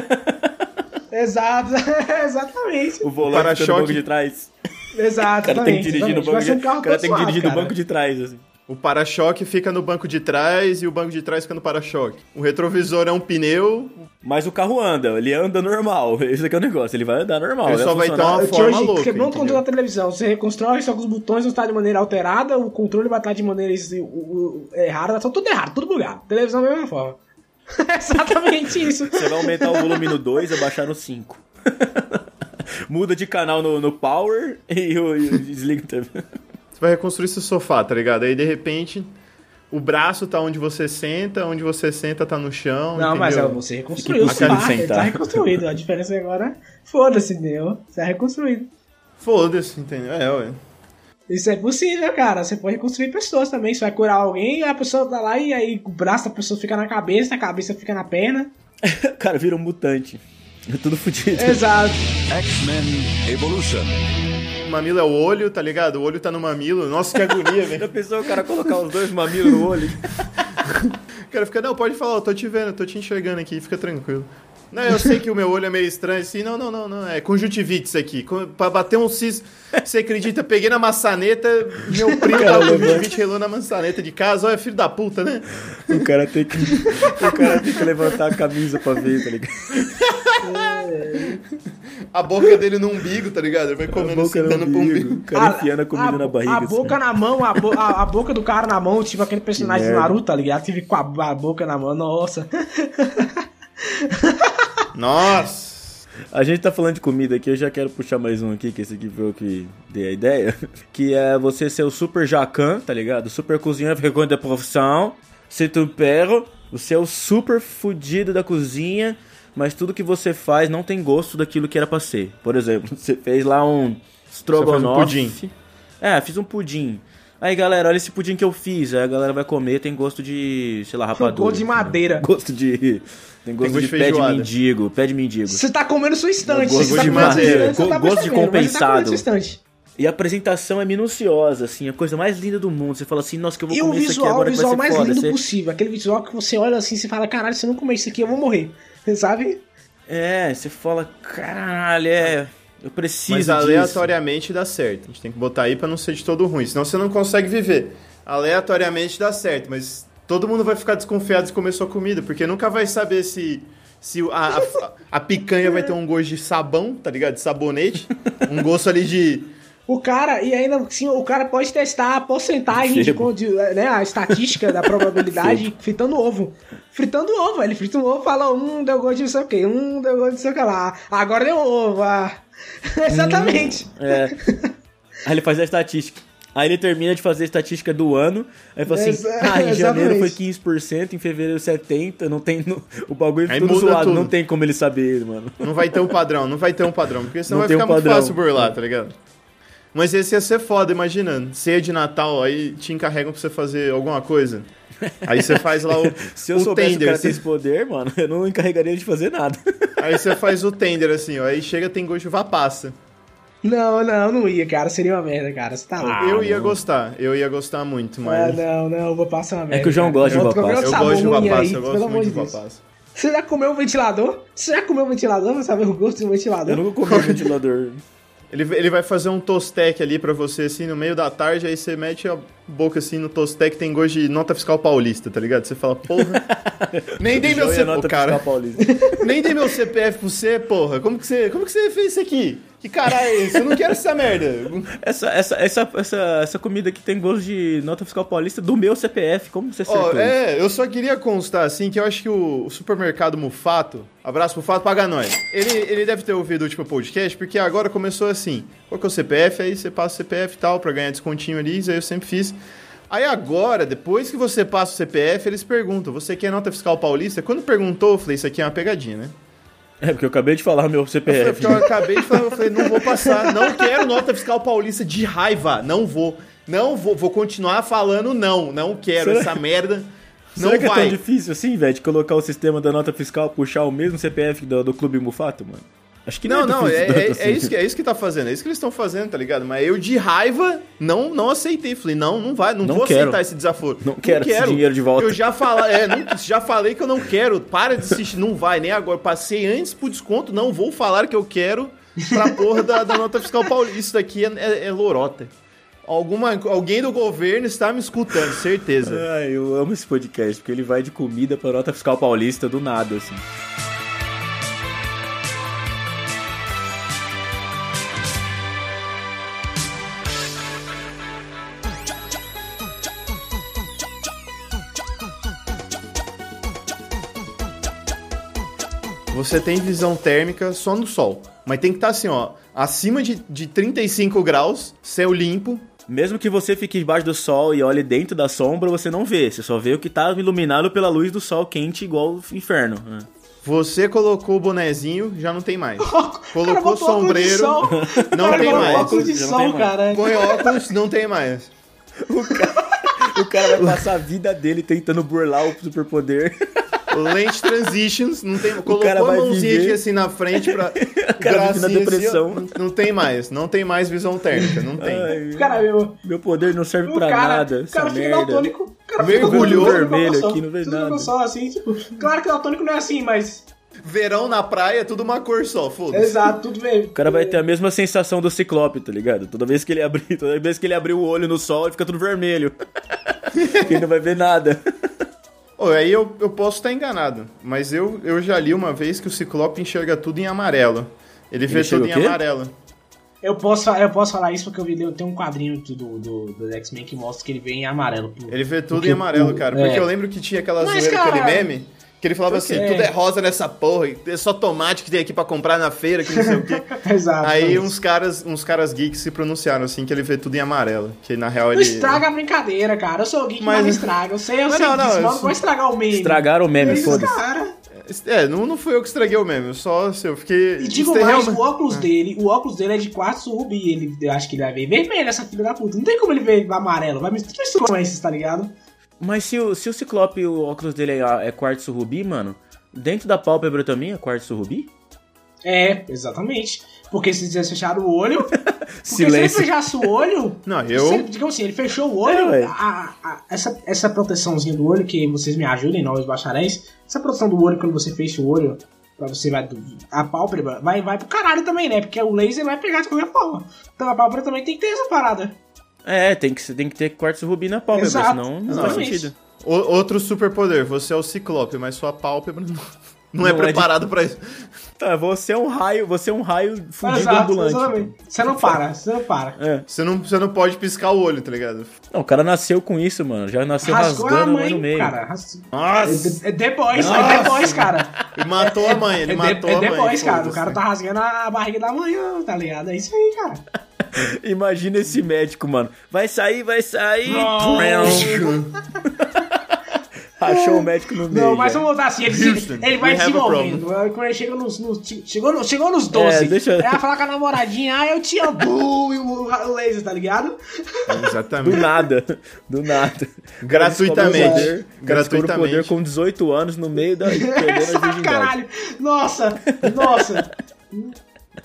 S3: a- Exato, exatamente.
S2: O volante fica no banco
S1: para-choque.
S2: de trás. O
S3: Exato.
S2: cara tem que dirigir no banco de
S3: um
S2: trás.
S3: carro
S2: O cara
S3: todo
S2: tem que
S3: suado,
S2: dirigir no
S3: cara.
S2: banco de trás, assim.
S1: O para-choque fica no banco de trás e o banco de trás fica no para-choque. O retrovisor é um pneu,
S2: Mas o carro anda, ele anda normal. Esse aqui é o negócio, ele é vai andar normal.
S1: Ele
S2: vai
S1: só vai
S2: funcionar.
S1: ter uma-
S3: Que
S1: forma
S3: hoje
S1: louca,
S3: quebrou o
S1: entendeu?
S3: controle da televisão. Você reconstrói, só que os botões vão estar de maneira alterada, o controle vai estar de maneira es- o- o- errada, tá tudo errado, tudo bugado. Televisão da mesma forma. Exatamente isso.
S2: Você vai aumentar o volume no 2 e abaixar no 5. Muda de canal no, no power e o, e o desliga também.
S1: Você vai reconstruir seu sofá, tá ligado? Aí de repente o braço tá onde você senta, onde você senta tá no chão.
S3: Não,
S1: entendeu?
S3: mas é, você reconstruiu o
S1: Fica impossível
S3: sofá, ele
S2: sentar.
S3: tá reconstruído. A diferença agora, foda-se, entendeu? Tá reconstruído.
S1: Foda-se, entendeu? É, ué.
S3: Isso é possível, cara. Você pode reconstruir pessoas também. Você vai curar alguém, a pessoa tá lá e aí o braço da pessoa fica na cabeça, a cabeça fica na perna.
S2: O cara vira um mutante. É tudo fodido.
S3: Exato.
S5: X-Men Evolution.
S1: O mamilo é o olho, tá ligado? O olho tá no mamilo. Nossa, que agonia, velho.
S2: Já pensou o cara colocar os dois mamilos no olho?
S1: O cara fica, não, pode falar, eu tô te vendo, eu tô te enxergando aqui, fica tranquilo. Não, eu sei que o meu olho é meio estranho, assim, não, não, não, não, é conjuntivite isso aqui. Con- Pra bater um cis, você acredita, peguei na maçaneta, meu primo tava com conjuntivite, relou na maçaneta de casa, olha, filho da puta, né?
S2: O cara tem que. O cara tem que levantar a camisa pra ver, tá ligado?
S1: A boca dele no umbigo, tá ligado? Ele vai comendo assim,
S2: no
S1: dando pro
S2: umbigo,
S1: umbigo.
S2: O cara enfiando Ah, a comida na barriga. assim.
S3: A boca na mão, a, bo- a- a boca do cara na mão, tipo aquele personagem
S2: Que
S3: do
S2: merda.
S3: Naruto, tá ligado? Tive com a, a boca na mão, nossa.
S1: Nossa!
S2: A gente tá falando de comida aqui, eu já quero puxar mais um aqui, que esse aqui foi eu que dei a ideia. Que é você ser o super jacan, tá ligado? Super cozinheiro, vergonha da profissão. Ser tu perro, você é o super fudido da cozinha, mas tudo que você faz não tem gosto daquilo que era pra ser. Por exemplo, você fez lá um estrogonofe.
S1: pudim.
S2: É, fiz um pudim. Aí galera, olha esse pudim que eu fiz. Aí a galera vai comer, tem gosto de, sei lá, rapadura.
S3: Gol de madeira.
S2: Gosto de. Tem gosto
S1: gosto
S2: de
S1: de
S2: pé de
S1: feijoada.
S2: mendigo, pé de mendigo.
S3: Você tá comendo sua estante.
S2: Gosto
S3: você tá
S1: de
S3: comendo sua
S1: madeira.
S3: estante, você tá
S2: Gosto de
S3: percebendo, mas você tá comendo
S2: compensado.
S3: sua estante.
S2: E a apresentação é minuciosa, assim, a coisa mais linda do mundo. Você fala assim, nossa, que eu vou
S3: E o
S2: comer isso aqui
S3: visual, o
S2: agora que vai
S3: visual
S2: ser
S3: mais
S2: foda.
S3: lindo
S2: Você-
S3: possível. Aquele visual que você olha assim e você fala, caralho, se eu não comer isso aqui, eu vou morrer. Você sabe?
S2: É, você fala, caralho, é, eu preciso
S1: Mas
S2: disso.
S1: aleatoriamente dá certo. A gente tem que botar aí pra não ser de todo ruim, senão você não consegue viver. Aleatoriamente dá certo, mas todo mundo vai ficar desconfiado se comer sua comida, porque nunca vai saber se, se a, a, a picanha vai ter um gosto de sabão, tá ligado? De sabonete. Um gosto ali de.
S3: O cara, e ainda assim, o cara pode testar a porcentagem de,
S2: Febo.
S3: de- né, a estatística da probabilidade fritando ovo. Fritando ovo, ele frita um ovo, fala, um deu gosto de não sei o que, um deu gosto de não sei o que lá, agora deu ovo, ah. Exatamente.
S1: Hum.
S2: É. Aí ele faz a estatística. Aí ele termina de fazer a estatística do ano. Aí fala assim:
S3: Exa-
S2: ah, em janeiro foi
S3: exatamente.
S2: 15%, em fevereiro 70%, não tem. não- o bagulho
S1: Aí
S2: tudo
S1: muda
S2: zoado,
S1: tudo.
S2: não tem como ele saber, mano.
S1: Não vai ter um padrão, não vai ter um padrão, porque senão
S2: Não
S1: vai
S2: tem um
S1: ficar muito
S2: padrão.
S1: fácil burlar, tá ligado? Mas esse ia ser foda, imagina. Ceia de Natal, aí te encarregam pra você fazer alguma coisa. Aí você faz lá o,
S2: Se eu
S1: o
S2: soubesse que o
S1: tender.
S2: cara tem
S1: você-
S2: esse poder, mano, eu não encarregaria ele de fazer nada.
S1: Aí você faz o tender assim, ó. Aí chega, tem gosto de vapaça.
S3: Não, não, não ia, cara, seria uma merda, cara, você tá
S2: Ah,
S3: louco.
S1: eu ia gostar, eu ia gostar muito,
S3: Ah,
S1: Ah, mas. É
S3: não, não, eu vou passar uma merda.
S2: que o João
S3: cara.
S2: gosta de
S3: Outro
S2: vapaça.
S3: programa
S1: eu
S3: sabor
S1: gosto de
S3: ruim
S1: vapaça,
S3: aí,
S1: eu
S3: pelo
S1: gosto
S3: amor
S1: muito de
S3: Deus.
S1: vapaça.
S3: Você já comeu um ventilador? Você já comeu um ventilador pra saber o gosto do ventilador?
S2: Eu nunca comi um ventilador.
S1: Ele, ele vai fazer um tostec ali pra você, assim, no meio da tarde, aí você mete a boca assim no tostec, tem gosto de nota fiscal paulista, tá ligado? Você fala, porra. nem dei meu
S2: Joia
S1: CPF.
S2: nota fiscal
S1: cara,
S2: paulista.
S1: nem dei meu CPF pro você, porra. Como que você, como que você fez isso aqui? Que caralho é esse? Eu não quero essa merda.
S2: Essa, essa, essa, essa, essa comida que tem gosto de nota fiscal paulista do meu CPF, como você acertou?
S1: Ó,
S2: isso?
S1: é, eu só queria constar, assim, que eu acho que o, o supermercado Mufato, abraço Mufato, paga nós. Ele, ele deve ter ouvido o último podcast, porque agora começou assim, qual que é o CPF, aí você passa o CPF e tal, pra ganhar descontinho ali, isso aí eu sempre fiz. Aí agora, depois que você passa o CPF, eles perguntam: você quer nota fiscal paulista? Quando perguntou, eu falei: isso aqui é uma pegadinha, né?
S2: É porque eu acabei de falar meu
S1: É
S2: CPF.
S1: porque eu acabei de falar, eu falei, não vou passar, não quero nota fiscal paulista de raiva, não vou. Não vou, vou continuar falando não, não quero
S2: Será-
S1: essa merda. Não
S2: Será que é
S1: vai.
S2: tão difícil assim, velho, de colocar o sistema da nota fiscal, puxar o mesmo CPF do, do Clube Mufato, mano? Acho que não,
S1: não, não, é,
S2: é,
S1: é,
S2: difícil tanto
S1: é
S2: assim.
S1: isso que, é isso que tá fazendo, é isso que eles estão fazendo, tá ligado? Mas eu de raiva não não aceitei, falei, não, não vai, não,
S2: Não
S1: vou
S2: quero.
S1: aceitar esse desaforo.
S2: Não quero esse dinheiro de volta.
S1: Eu já fala, é, não- já falei que eu não quero, para de assistir, não vai, nem agora, passei antes pro desconto, não vou falar que eu quero pra porra da, da nota fiscal paulista, isso daqui é, é- é lorota. Alguma, alguém do governo está me escutando, certeza.
S2: Ai, eu amo esse podcast, porque ele vai de comida pra nota fiscal paulista do nada, assim.
S1: Você tem visão térmica só no sol, mas tem que estar assim, ó, acima de, de 35 graus, céu limpo,
S2: Mesmo que você fique embaixo do sol e olhe dentro da sombra, você não vê. Você só vê o que tá iluminado pela luz do sol quente, igual o inferno. né?
S1: Você colocou o bonezinho, já não tem mais.
S3: cara
S1: Colocou o
S3: botou
S1: sombreiro,
S3: óculos de sol. O
S1: não
S3: cara
S1: tem
S3: botou
S1: mais.
S3: óculos de
S2: Já não
S3: sol,
S2: tem mais.
S3: cara.
S1: Põe óculos, não tem mais.
S2: O cara vai passar a vida dele tentando burlar o superpoder.
S1: Lente transitions, não tem
S2: cara
S1: Colocou a
S2: vai
S1: mãozinha
S2: viver-
S1: aqui assim na frente pra. O
S2: cara vive na
S1: bracinho
S2: depressão.
S1: assim, ó, não, não tem mais, não tem mais visão térmica, não tem.
S2: Ai,
S3: Cara, meu,
S2: meu poder não serve
S3: o
S2: pra
S3: cara,
S2: nada.
S3: o cara
S2: essa
S3: fica
S2: merda.
S3: daltônico. o cara fica
S1: Mergulhou.
S3: daltônico,
S2: Vermelho
S3: fica com
S2: aqui, não vê
S3: Tudo
S2: nada.
S3: com sol, assim, tipo, claro que daltônico não é assim, mas... é
S1: Verão na praia, é tudo uma cor só, foda-se.
S3: Exato, tudo bem.
S2: O cara vai ter a mesma sensação do Ciclope, tá ligado? Toda vez que ele abrir, toda vez que ele abrir o olho no sol, ele fica tudo vermelho. ele não vai ver nada.
S1: Ô, aí eu, eu posso estar enganado, mas eu, eu já li uma vez que o Ciclope enxerga tudo em amarelo. Ele vê
S2: enxerga
S1: tudo
S2: o
S1: em
S2: quê?
S1: amarelo.
S3: Eu posso, fa- eu posso falar isso porque eu vi eu tenho um quadrinho do, do, do, do X-Men que mostra que ele vem em amarelo.
S1: Ele vê tudo
S3: Porque
S1: em amarelo,
S3: o-
S1: cara.
S3: é.
S1: Porque eu lembro que tinha aquela
S3: Mas,
S1: zoeira, aquele
S3: cara,
S1: meme, que ele falava assim, tudo é rosa nessa porra, e é só tomate que tem aqui pra comprar na feira, que não sei o quê.
S3: Exato.
S1: Aí um uns caras, uns caras geeks se pronunciaram assim, que ele vê tudo em amarelo. Que na real
S3: Não
S1: ele...
S3: estraga a brincadeira, cara. Eu sou geek, mas,
S1: Mas-
S3: não estraga. Eu sei, eu
S1: Mas
S3: sei
S1: não, não,
S3: disso,
S1: eu
S3: mas não
S1: sou-
S3: vou estragar o meme.
S2: Estragaram o meme,
S3: Mas,
S2: foda-se.
S3: cara.
S1: É, não, não fui eu que estraguei o meme, eu só assim, eu fiquei...
S3: E digo
S1: Isso é
S3: mais,
S1: realmente-
S3: o óculos dele, o óculos dele é de quartzo rubi. Ele, eu acho que ele vai ver vermelho, essa filha da puta. Não tem como ele ver amarelo. Vai misturar esses, tá ligado?
S2: Mas se o, se o Ciclope, o óculos dele é, é quartzo rubi, mano, dentro da pálpebra também é quartzo rubi?
S3: É, exatamente. Porque se eles fecharam o olho. Porque se
S2: Silêncio.
S3: ele fechasse o olho.
S1: Não,
S3: se
S1: eu...
S3: ele- digamos assim, ele fechou o
S2: É,
S3: olho.
S2: ué.
S3: a- a- essa, essa proteçãozinha do olho, que vocês me ajudem, nós bacharéis. Essa proteção do olho, quando você fecha o olho, pra você vai. A pálpebra vai, vai pro caralho também, né? Porque o laser vai pegar de qualquer forma. Então a pálpebra também tem que ter essa parada.
S2: É, tem que, tem que ter quartzo rubi na pálpebra,
S3: Exato,
S2: senão não faz
S3: exatamente.
S2: sentido.
S1: o- outro superpoder, você é o Ciclope, mas sua pálpebra não, não é
S2: Não é de-
S1: preparado pra isso.
S2: Tá, você é um raio, você é um raio fudido ambulante. então.
S3: exatamente. Você não para, você não para.
S2: É.
S1: Você não, você não pode piscar o olho, tá ligado?
S2: Não, o cara nasceu com isso, mano. Já nasceu
S3: Rasgou a
S2: rasgando mas no
S3: mãe,
S2: meio.
S3: cara. Ras-
S1: Nossa!
S3: É, é The Boys,
S1: Nossa.
S3: é The Boys, cara.
S1: Ele matou a mãe, ele
S3: É,
S1: matou
S3: The, é
S1: a mãe.
S3: The Boys, cara. O
S1: foda-se.
S3: cara tá rasgando a barriga da manhã, tá ligado? É isso aí, cara.
S2: Imagina esse médico, mano. Vai sair, vai sair. Achou o médico no meio.
S3: Não, mas
S2: já.
S3: vamos voltar assim. Ele, se-
S1: Houston,
S3: ele vai
S1: we have a
S3: desenvolvendo. Quando ele chega nos, nos- chegou, no- chegou nos
S2: É,
S3: 12.
S2: deixa-
S3: Aí ela fala com a namoradinha, ah, eu te amo. Bum, e o o laser, tá ligado? tá
S2: Do
S1: Exatamente.
S2: nada. Do nada.
S1: Gratuitamente.
S2: Descobre o poder- descobre o poder
S1: Gratuitamente.
S2: com 18 anos no meio da. perdendo a virgindade.
S3: Caralho. Nossa, nossa.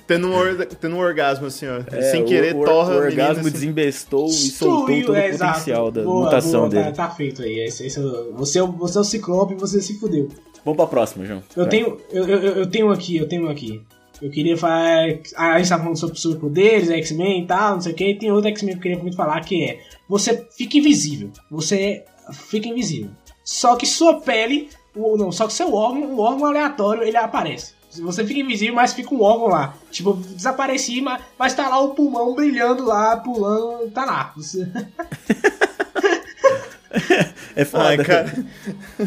S1: Tendo um, orga- tendo um orgasmo assim, ó.
S2: É,
S1: Sem
S2: o-
S1: querer,
S2: o, o,
S1: torra. a menina,
S2: orgasmo
S1: assim.
S2: desembestou e soltou todo o
S3: é, exato.
S2: potencial da
S3: Boa,
S2: mutação
S3: boa,
S2: dele.
S3: Tá, tá feito aí. Esse- esse é o- você, é o- você é o ciclope, você se fudeu.
S2: Vamos pra próxima, João.
S3: Eu
S2: Vai.
S3: tenho, eu, eu, eu- eu tenho aqui, eu tenho aqui. Eu queria falar. ah, A gente tava falando sobre superpoderes, X-Men e tal, não sei o que. E tem outro X-Men que eu queria muito falar que é: você fica invisível. Você fica invisível. Só que sua pele, ou não, só que seu órgão, um órgão aleatório, ele aparece. Você fica invisível, mas fica um órgão lá. Tipo, desapareci, mas, mas tá lá o pulmão brilhando lá, pulando, tá lá. Você-
S2: É foda.
S1: Ai, Ah, cara.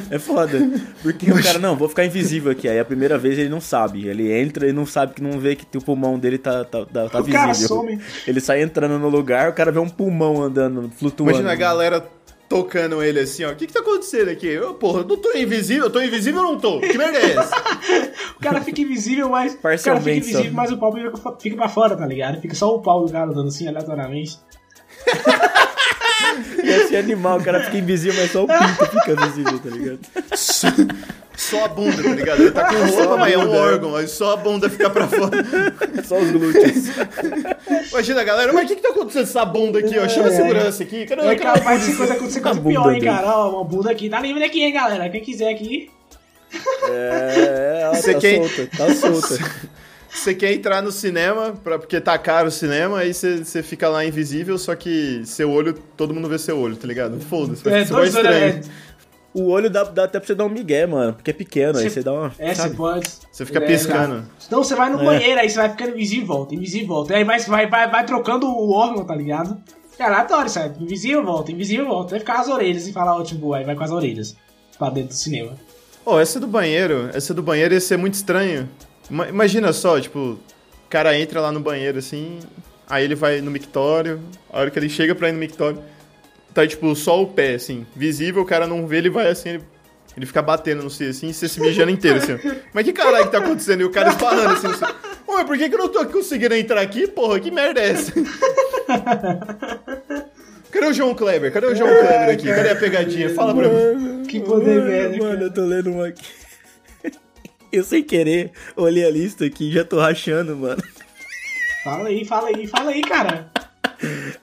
S2: É foda. Porque o cara, não, vou ficar invisível aqui. Aí a primeira vez ele não sabe. Ele entra e não sabe que não vê que o pulmão dele tá, tá, tá, tá
S3: O cara
S2: visível.
S3: some.
S2: Ele sai entrando no lugar, o cara vê um pulmão andando, flutuando.
S1: Imagina a galera tocando ele assim, ó. O que que tá acontecendo aqui? Eu, porra, eu não tô invisível, eu tô invisível ou não tô? Que merda é essa?
S3: O cara fica invisível, mas. O cara fica
S2: Parcialmente só.
S3: invisível, mas o pau fica- fica pra fora, tá ligado? Fica só o pau do cara andando assim, aleatoriamente.
S2: Esse animal, o cara fica invisível, mas só o pinto fica visível, tá ligado?
S1: só, só a bunda, tá ligado? Ele tá com roupa, mas é
S3: né?
S1: um órgão, aí só a bunda fica pra fora.
S2: É Só os glúteos.
S1: Imagina a galera, mas o que que tá acontecendo com essa bunda aqui, ó? Chama a segurança aqui. Cadê,
S3: É
S1: cadê a
S3: capaz de coisa acontecer coisa
S2: A bunda
S3: pior, hein,
S2: dele.
S3: cara? Ó, uma bunda aqui. Tá livre aqui, hein, galera? Quem quiser aqui.
S2: É, ela
S1: Você
S2: tá
S1: quem-
S2: solta, tá solta.
S1: Você quer entrar no cinema, pra, porque tá caro o cinema, aí você você fica lá invisível, só que seu olho, todo mundo vê seu olho, tá ligado? Foda-se, vai
S3: É,
S1: ficar
S3: dois
S1: estranho.
S3: olhos.
S2: O olho dá, dá até pra você dar um migué, mano, porque é pequeno, aí
S3: Você-
S2: você dá uma...
S3: É, você
S2: sabe?
S3: pode.
S1: Você fica
S3: É,
S1: piscando.
S3: Então você vai no
S2: É.
S3: banheiro, aí você vai ficando invisível e volta, invisível e volta. Aí vai, vai, vai, vai trocando o órgão, tá ligado? Cara, adoro isso, aí. invisível e volta, invisível e volta. Vai ficar com as orelhas e falar, ó, tipo, aí vai com as orelhas pra dentro do cinema.
S1: Pô, essa do banheiro, essa do banheiro ia ser muito estranho. Ima- Imagina só, tipo, o cara entra lá no banheiro assim, aí ele vai no mictório, a hora que ele chega pra ir no mictório, tá tipo só o pé, assim, visível, o cara não vê, ele vai assim, ele, ele fica batendo no si assim, e você se mijando inteiro, assim. ó. Mas que caralho que tá acontecendo? E o cara esbarrando assim, assim. Ué, por que, que eu não tô conseguindo entrar aqui, porra? Que merda é essa? Cadê o João Kleber? Cadê o João Kleber aqui? Cadê a pegadinha? Fala pra mim.
S3: Que poder
S2: mano,
S3: velho,
S2: Mano, eu tô lendo uma aqui. Eu sem querer olhei a lista aqui e já tô rachando, mano.
S3: Fala aí, fala aí, fala aí, cara.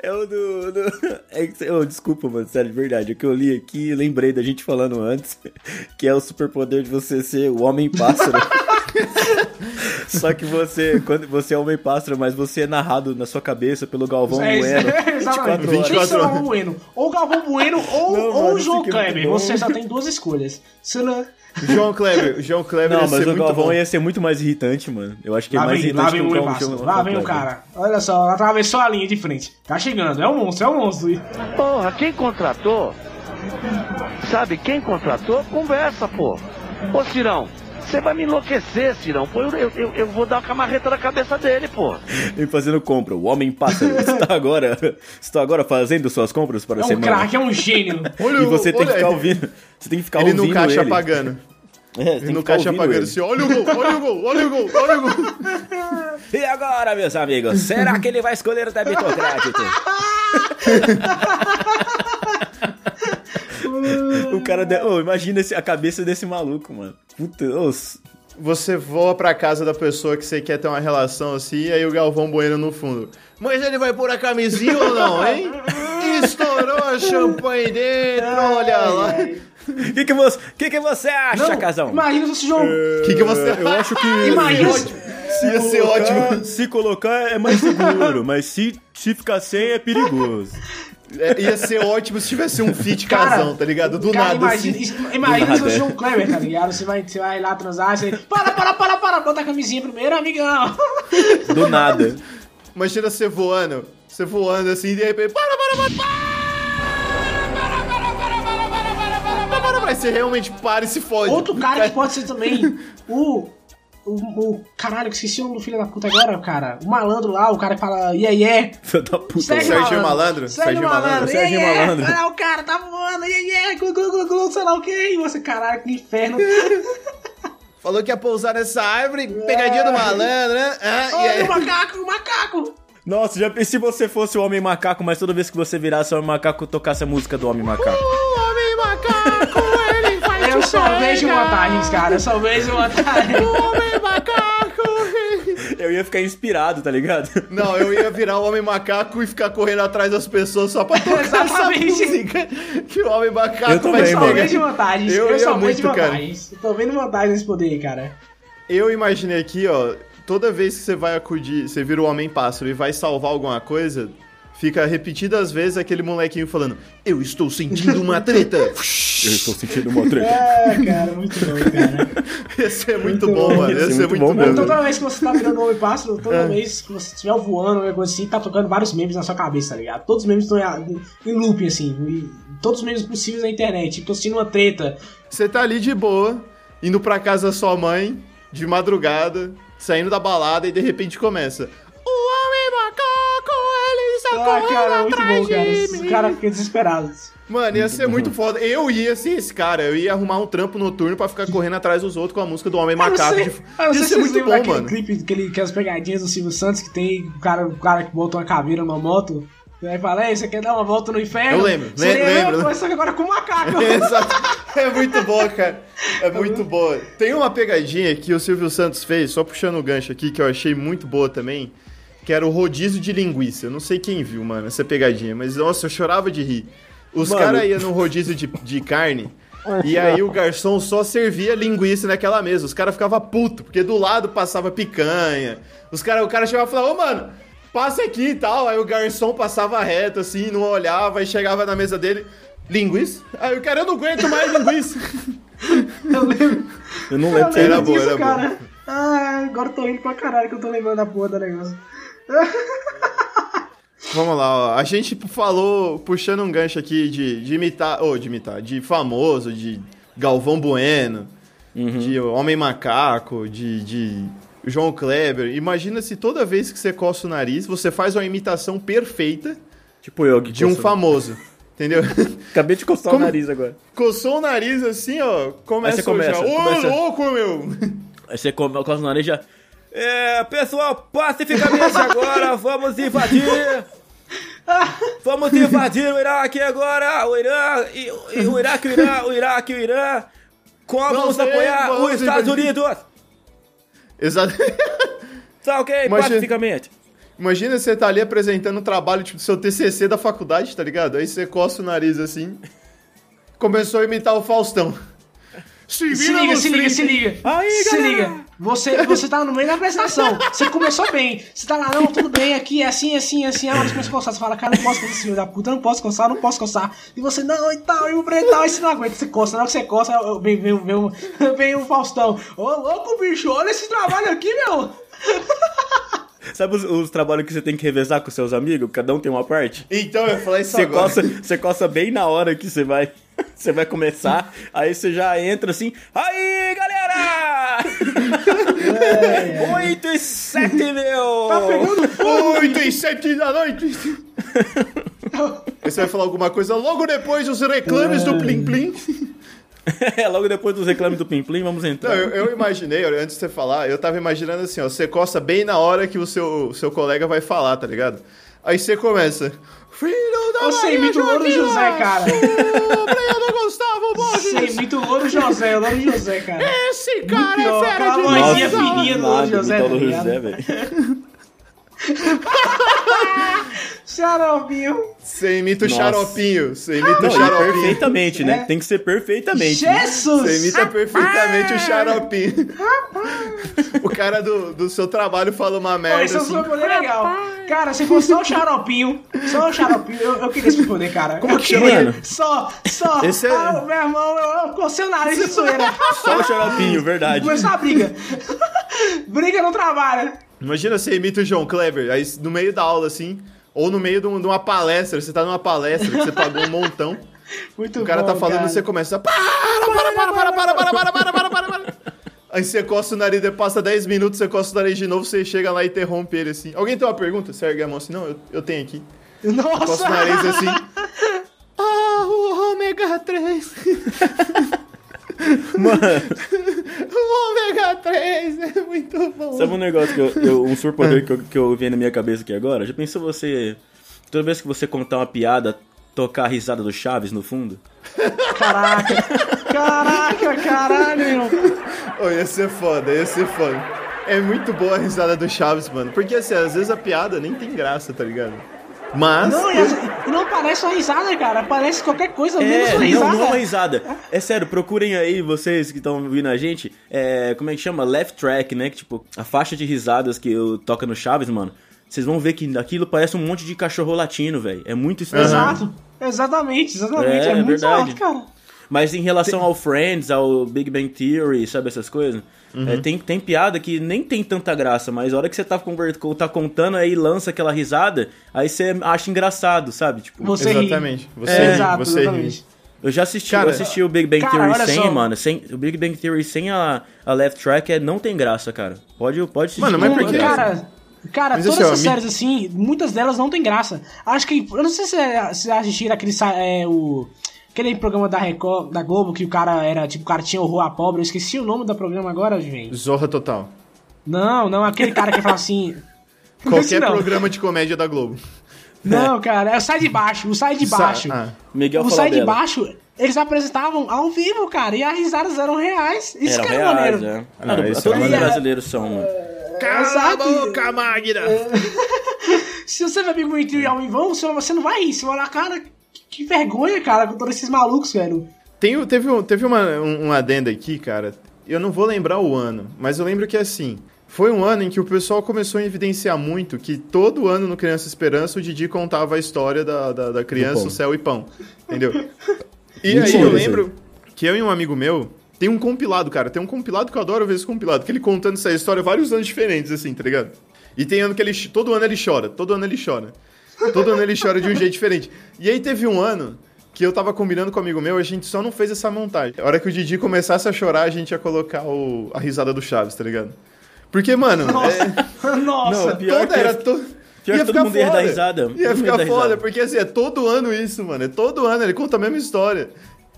S2: É o do. do... é que- ô, desculpa, mano, sério, de verdade. O que eu li aqui, lembrei da gente falando antes, que é o superpoder de você ser o homem-pássaro. Só que você, quando você é homem-pássaro, mas você é narrado na sua cabeça pelo Galvão Bueno.
S3: É, exatamente.
S2: 24
S3: Tem que ser o
S1: horas.
S3: Galvão Bueno. Ou Galvão Bueno ou,
S2: Não,
S3: ou
S2: mano,
S3: o
S2: isso
S3: João
S2: aqui é muito
S3: Kleber.
S2: bom.
S3: Você só tem duas escolhas. Se não...
S1: João Kleber, o João Kleber
S2: Não,
S1: ia
S2: mas
S1: ser
S2: o
S1: muito
S2: Galvão é-
S1: bom.
S2: ia ser muito mais irritante, mano. Eu acho que é
S3: Lá
S2: mais
S3: vem, lá
S2: irritante
S3: vem
S2: que
S3: o
S2: o né? Galvão.
S3: Embaço,
S2: que
S3: lá vem o
S2: Kleber.
S3: cara. Olha só, atravessou a linha de frente. Tá chegando, é um monstro, é um monstro.
S6: Porra, quem contratou? Sabe quem contratou? Conversa, pô. Ô, Cirão, você vai me enlouquecer, Cirão. Pô, eu, eu- eu- eu vou dar uma camarreta na cabeça dele, pô.
S2: E fazendo compra. O homem pássaro está agora, está agora fazendo suas compras para
S3: É
S2: a
S3: um
S2: semana.
S3: craque, é um gênio.
S1: Olha
S2: E
S1: o-
S2: você tem
S1: olha
S2: que ficar
S1: ele.
S2: ouvindo. Você tem que ficar
S1: Ele
S2: ouvindo
S1: no caixa
S2: ele.
S1: apagando.
S2: É, você tem
S1: Ele
S2: que
S1: no
S2: ficar
S1: caixa
S2: ouvindo
S1: apagando
S2: ele.
S1: assim, olha o gol, olha o gol, olha o gol, olha o gol.
S2: E agora, meus amigos, será que ele vai escolher o débito crédito? o cara... De... Ô, imagina esse- a cabeça desse maluco, mano. Puta, ô, s-
S1: Você voa pra casa da pessoa que você quer ter uma relação assim, aí o Galvão Bueno no fundo. Mas ele vai pôr a camisinha ou não, hein? Estourou a champanhe dentro, olha lá.
S2: que, que, você... que, que você acha,
S3: Não,
S2: Casão?
S3: Imagina se um o João.
S1: O que, que você...
S2: Eu acho que...
S3: Imagina se-
S1: Ia ser ótimo.
S2: Se colocar é mais seguro, mas se, se ficar sem é perigoso.
S1: É, Ia ser ótimo se tivesse um fit
S3: Cara,
S1: casão, tá ligado? Do
S3: Cara,
S1: nada
S3: imagina,
S1: assim.
S3: is- imagina se
S2: nada.
S3: o João Kleber, tá ligado? Você vai, você vai lá transar, você. Para, para, para, para, bota a camisinha primeiro, amigão.
S2: Do nada.
S1: Imagina você voando, você voando assim, e de repente. Para, para, para, para! Para, para, para, você realmente para e se fode.
S3: Outro cara que pode ser também o. O, o caralho, que esqueci o nome do filho da puta agora, cara. O malandro lá, o cara que fala, yeah, yeah.
S2: Filho da puta.
S1: Sérgio Malandro?
S3: Sérgio
S1: Sérgio
S3: Malandro.
S1: Malandro,
S2: Sérgio
S3: yeah, yeah.
S2: Malandro.
S3: Olha lá, o cara tá voando. Yeah, yeah. Glu, glu, glu, glu, sei lá o que. E você, caralho, que inferno.
S1: Falou que ia pousar nessa árvore, pegadinha do malandro, né? Ah, e
S3: Olha
S1: aí?
S3: o macaco, o macaco.
S2: Nossa, já pensei se você fosse o Homem Macaco, mas toda vez que você virasse o Homem Macaco, tocasse a música do Homem Macaco.
S1: O homem macaco, ele faz
S3: Eu só vejo vantagens, cara. Eu só vejo vantagens.
S1: homem macaco.
S2: Eu ia ficar inspirado, tá ligado?
S1: Não, eu ia virar o homem macaco e ficar correndo atrás das pessoas só pra tocar essa
S3: Exatamente.
S1: música. Que o homem macaco
S2: Eu também,
S1: vai te
S3: Eu só
S2: mano.
S1: pegar.
S3: vejo vantagens. Eu,
S1: Eu ia
S3: só vejo
S1: muito, cara.
S3: vantagens. Eu tô vendo vantagens nesse poder, aí, cara.
S1: Eu imaginei aqui, ó, toda vez que você vai acudir, você vira o homem pássaro e vai salvar alguma coisa, Fica repetidas vezes aquele molequinho falando: Eu estou sentindo uma treta.
S2: Eu estou sentindo uma treta.
S3: É, cara, muito bom, cara.
S1: Esse é muito bom, mano. Esse é muito bom
S3: Mano,
S1: mesmo.
S3: toda vez que você tá virando homem pássaro, toda vez que você estiver voando, alguma coisa assim, tá tocando vários memes na sua cabeça, tá ligado? Todos os memes estão em- em loop, assim. e todos os memes possíveis na internet. Tipo, tô assistindo uma treta.
S1: Você tá ali de boa, indo pra casa da sua mãe, de madrugada, saindo da balada e de repente começa. O homem macaco, ele está
S3: Ah,
S1: correndo
S3: cara, muito
S1: atrás
S3: bom, cara.
S1: de
S3: Esse
S1: mim."
S3: cara fica desesperado.
S1: Mano, ia ser muito foda. Eu ia ser esse cara. Eu ia arrumar um trampo noturno pra ficar correndo atrás dos outros com a música do Homem Macaco.
S3: Eu não
S1: de-
S3: sei- eu não sei
S1: Ia
S3: se
S1: ser
S3: vocês
S1: muito
S3: lembram
S1: bom,
S3: daquele
S1: mano.
S3: clipe, aquele, aquelas pegadinhas do Silvio Santos que tem o cara, o cara que bota uma caveira numa moto. E aí fala, "Ei, você "É, quer dar uma volta no inferno?
S1: Eu lembro, le-
S3: Seria
S1: lembro.
S3: Eu, mas só que agora é com o macaco.
S1: Exato. É muito boa, cara. É
S3: Uhum.
S1: muito boa. Tem uma pegadinha que o Silvio Santos fez, só puxando o gancho aqui, que eu achei muito boa também, que era o rodízio de linguiça. Eu não sei quem viu, mano, essa pegadinha, mas nossa, eu chorava de rir. Os
S2: Mano.
S1: caras iam no rodízio de, de carne. E aí o garçom só servia linguiça naquela mesa. Os caras ficavam puto, porque do lado passava picanha. Os cara, o cara chegava e falava, ô mano, passa aqui e tal. Aí o garçom passava reto, assim, não olhava e chegava na mesa dele. Linguiça? Aí o cara, eu não aguento mais linguiça.
S3: Eu lembro.
S2: Eu não lembro se
S1: Era
S2: era
S1: boa, era boa.
S3: cara. Ah, agora eu tô rindo pra caralho que eu tô lembrando da porra do negócio.
S1: Vamos lá, ó. A gente falou, puxando um gancho aqui de, de imitar, ou de imitar, de famoso, de Galvão Bueno,
S2: Uhum.
S1: de Homem Macaco, de, de João Kleber. Imagina se toda vez que você coça o nariz, você faz uma imitação perfeita
S2: Tipo eu que
S1: de um
S2: coçou-
S1: famoso. Entendeu?
S2: Acabei de coçar
S1: Como-
S2: o nariz agora.
S1: Coçou o nariz assim, ó. Começa,
S2: Aí você começa,
S1: já. Ô,
S2: começa-
S1: louco, meu!
S2: Aí você come, coça o nariz e já. É, pessoal, pacificamente agora, vamos invadir!
S3: Ah.
S2: Vamos invadir o Iraque agora! O Irã, e, e o Iraque, o Irã, o Iraque, o Irã! Como vamos
S1: sei,
S2: apoiar
S1: vamos
S2: os Estados
S1: invadir.
S2: Unidos?
S1: Exato.
S2: Tá ok,
S1: Mas-
S2: pacificamente.
S1: Imagina você tá ali apresentando o trabalho tipo, do seu TCC da faculdade, tá ligado? Aí você coça o nariz assim. Começou a imitar o Faustão. Se vira
S3: Se liga,
S1: nos
S3: se liga,
S1: 30.
S3: se liga.
S2: Aí,
S3: se
S2: galera.
S3: liga. Você, você tá no meio da apresentação. Você começou bem. Você tá lá, não, tudo bem, aqui é assim, é assim, é assim. Aí você começa a coçar. Você fala, cara, não posso fazer esse filho da puta, não posso coçar, não posso coçar. E você, não, e tal, e o Breno e tal. Aí você não aguenta, você coça. Na hora que você coça, eu- eu- vem, vem, vem, vem, o Faustão. Ô, louco, bicho, olha esse trabalho aqui, meu.
S2: Sabe os, os trabalhos que você tem que revezar com seus amigos? Cada um tem uma parte?
S1: Então eu falei isso
S2: Você
S1: agora.
S2: coça, você coça bem na hora que você vai. Você vai começar, aí você já entra assim. Aí, galera! Oito e sete, meu!
S3: Tá pegando fogo.
S1: 8 e 7 da noite. Aí você vai falar alguma coisa logo depois os reclames do Plim Plim.
S2: É, logo depois dos reclames do Plim Plim, vamos
S1: Não,
S2: entrar.
S1: eu, eu imaginei, olha, antes de você falar, eu tava imaginando assim, ó, você coça bem na hora que o seu, seu colega vai falar, tá ligado? Aí você começa. Filho da
S3: Você
S1: Maria
S3: imita o Louro
S1: Joaquina,
S3: José, cara.
S1: Sobrinho do Gustavo
S3: Você
S1: Borges.
S3: imita o Louro José, o Louro José, cara.
S1: Esse cara
S3: Pior,
S1: é fera
S3: aquela
S1: demais.
S3: vozinha fininha do Louro
S2: imitar
S3: José,
S2: o
S3: tá
S2: Louro
S3: ligado?
S2: José, velho.
S3: Xaropinho.
S1: Você imita o
S2: Nossa.
S1: xaropinho. Você imita
S2: Não,
S1: o
S2: e
S1: xaropinho.
S2: perfeitamente, né?
S3: É.
S2: Tem que ser perfeitamente. né?
S1: Você
S3: Jesus!
S1: imita é perfeitamente o xaropinho. o cara do, do seu trabalho fala uma
S3: Pô,
S1: merda.
S3: esse é um
S1: Assim.
S3: superpoder legal. Cara, se fosse só o xaropinho, só o xaropinho, eu, eu queria esse poder, cara. Como
S2: que chama, mano?
S3: Só, só.
S1: Esse é-
S3: Ah, meu irmão, eu, eu cocei o nariz de zoeira.
S2: Só o xaropinho, verdade.
S3: Começou a briga. briga não trabalha.
S1: Imagina você imita o João Kleber, aí no meio da aula, assim, ou no meio de, um- de uma palestra, você tá numa palestra que você pagou um montão,
S3: Muito
S1: o cara
S3: bom,
S1: tá falando,
S3: cara.
S1: você começa, para, para, para, para, para, para, para, para, para, para, para. Aí você coça o nariz, daí passa 10 minutos, você coça o nariz de novo, você chega lá e interrompe ele, assim. Alguém tem uma pergunta? Você ergue a mão assim, não, eu, eu tenho aqui. Coça o
S3: Nossa!
S1: nariz assim. Ah, o ômega 3. o ômega 3 é muito bom.
S2: Sabe um negócio que eu, eu- um superpoder que eu, que eu vi na minha cabeça aqui agora? Já pensou você. Toda vez que você contar uma piada, tocar a risada do Chaves no fundo?
S3: Caraca! Caraca, caralho, irmão.
S1: Ô, ia ser foda, ia ser foda. É muito boa a risada do Chaves, mano. Porque assim, às vezes a piada nem tem graça, tá ligado? Mas.
S3: Não, e essa- e não parece uma risada, cara. Parece qualquer coisa, menos
S2: É,
S3: uma
S2: não, não
S3: risada.
S2: é uma risada. É sério, procurem aí, vocês que estão ouvindo a gente, é, como é que chama? Left track, né? Que tipo, a faixa de risadas que eu toca no Chaves, mano. Vocês vão ver que aquilo parece um monte de cachorro latino, velho. É muito estranho.
S3: Exato. Exatamente, exatamente.
S2: É,
S3: É,
S2: é
S3: muito
S2: verdade.
S3: alto, cara.
S2: Mas em relação ao Friends, ao Big Bang Theory, sabe essas coisas?
S1: Uhum.
S2: É, tem, tem piada que nem tem tanta graça, mas a hora que você tá, conver- tá contando aí lança aquela risada, aí você acha engraçado, sabe? Tipo,
S3: Você ri.
S1: exatamente. Você
S3: É,
S1: ri,
S3: exato,
S1: você
S3: exatamente.
S1: ri.
S2: eu já assisti,
S1: Cara,
S2: eu assisti o Big Bang
S3: cara,
S2: Theory
S3: olha
S2: sem,
S3: só.
S2: mano. Sem, o Big Bang Theory sem a, a Left Track é, não tem graça, cara. Pode, pode assistir.
S1: Mano, mas por quê?
S3: Cara, cara
S1: Mas
S3: todas
S1: assim, ó,
S3: essas
S1: me-
S3: séries assim, muitas delas não tem graça. Acho que. Eu não sei se é- se assistiram aquele. sa- É, o, aquele programa da Record, da Globo, que o cara era. Tipo, o cara tinha horror à pobre. Eu esqueci o nome do programa agora, gente.
S1: Zorra total.
S3: Não, não, aquele cara que fala assim. Esse
S1: Qualquer
S3: não.
S1: programa de comédia da Globo.
S3: Não, cara, é o Sai de Baixo, o Sai de
S1: Sa-
S3: Baixo.
S1: ah.
S2: Miguel
S3: o
S2: fala
S3: Sai de
S2: dela.
S3: Baixo, eles apresentavam ao vivo, cara, e as risadas eram reais. Isso
S2: Eram
S3: que era
S2: reais,
S3: maneiro.
S2: é.
S1: Ah, não,
S2: Todo-
S1: isso é
S2: todos os
S1: maneiro.
S2: brasileiros são, mano.
S1: Cala a
S3: é, Exato. É,
S1: boca, Magda!
S3: Se você é ver Big Bang Theory ao vivo, um você você não vai rir. Você vai olhar, cara, que, que vergonha, cara, com todos esses malucos, velho.
S1: Tem, o- teve um, teve uma, um, um adendo aqui, cara. Eu não vou lembrar o ano, mas eu lembro que assim. Foi um ano em que o pessoal começou a evidenciar muito que todo ano no Criança Esperança o Didi contava a história da, da, da
S2: Do
S1: criança,
S2: pão.
S1: o céu e pão. Entendeu? E aí
S2: Mentira, isso
S1: eu
S2: aí.
S1: lembro que eu e um amigo meu tem um compilado, cara. Tem um compilado que eu adoro ver esse compilado, que ele contando essa história vários anos diferentes, assim, tá ligado? E tem ano que ele. Todo ano ele chora, todo ano ele chora. Todo ano ele chora de um jeito diferente. E aí teve um ano que eu tava combinando com um amigo meu, a gente só não fez essa montagem. A hora que o Didi começasse a chorar, a gente ia colocar o- a risada do Chaves, tá ligado? Porque, mano, é,
S3: Nossa,
S2: Não, pior
S1: toda
S2: que-
S1: era to...
S2: pior que todo mundo ia dar risada. Todo mundo
S1: Ia
S2: ia
S1: ficar
S2: dar
S1: foda,
S2: risada.
S1: porque assim, é todo ano isso, mano. É todo ano, ele conta a mesma história.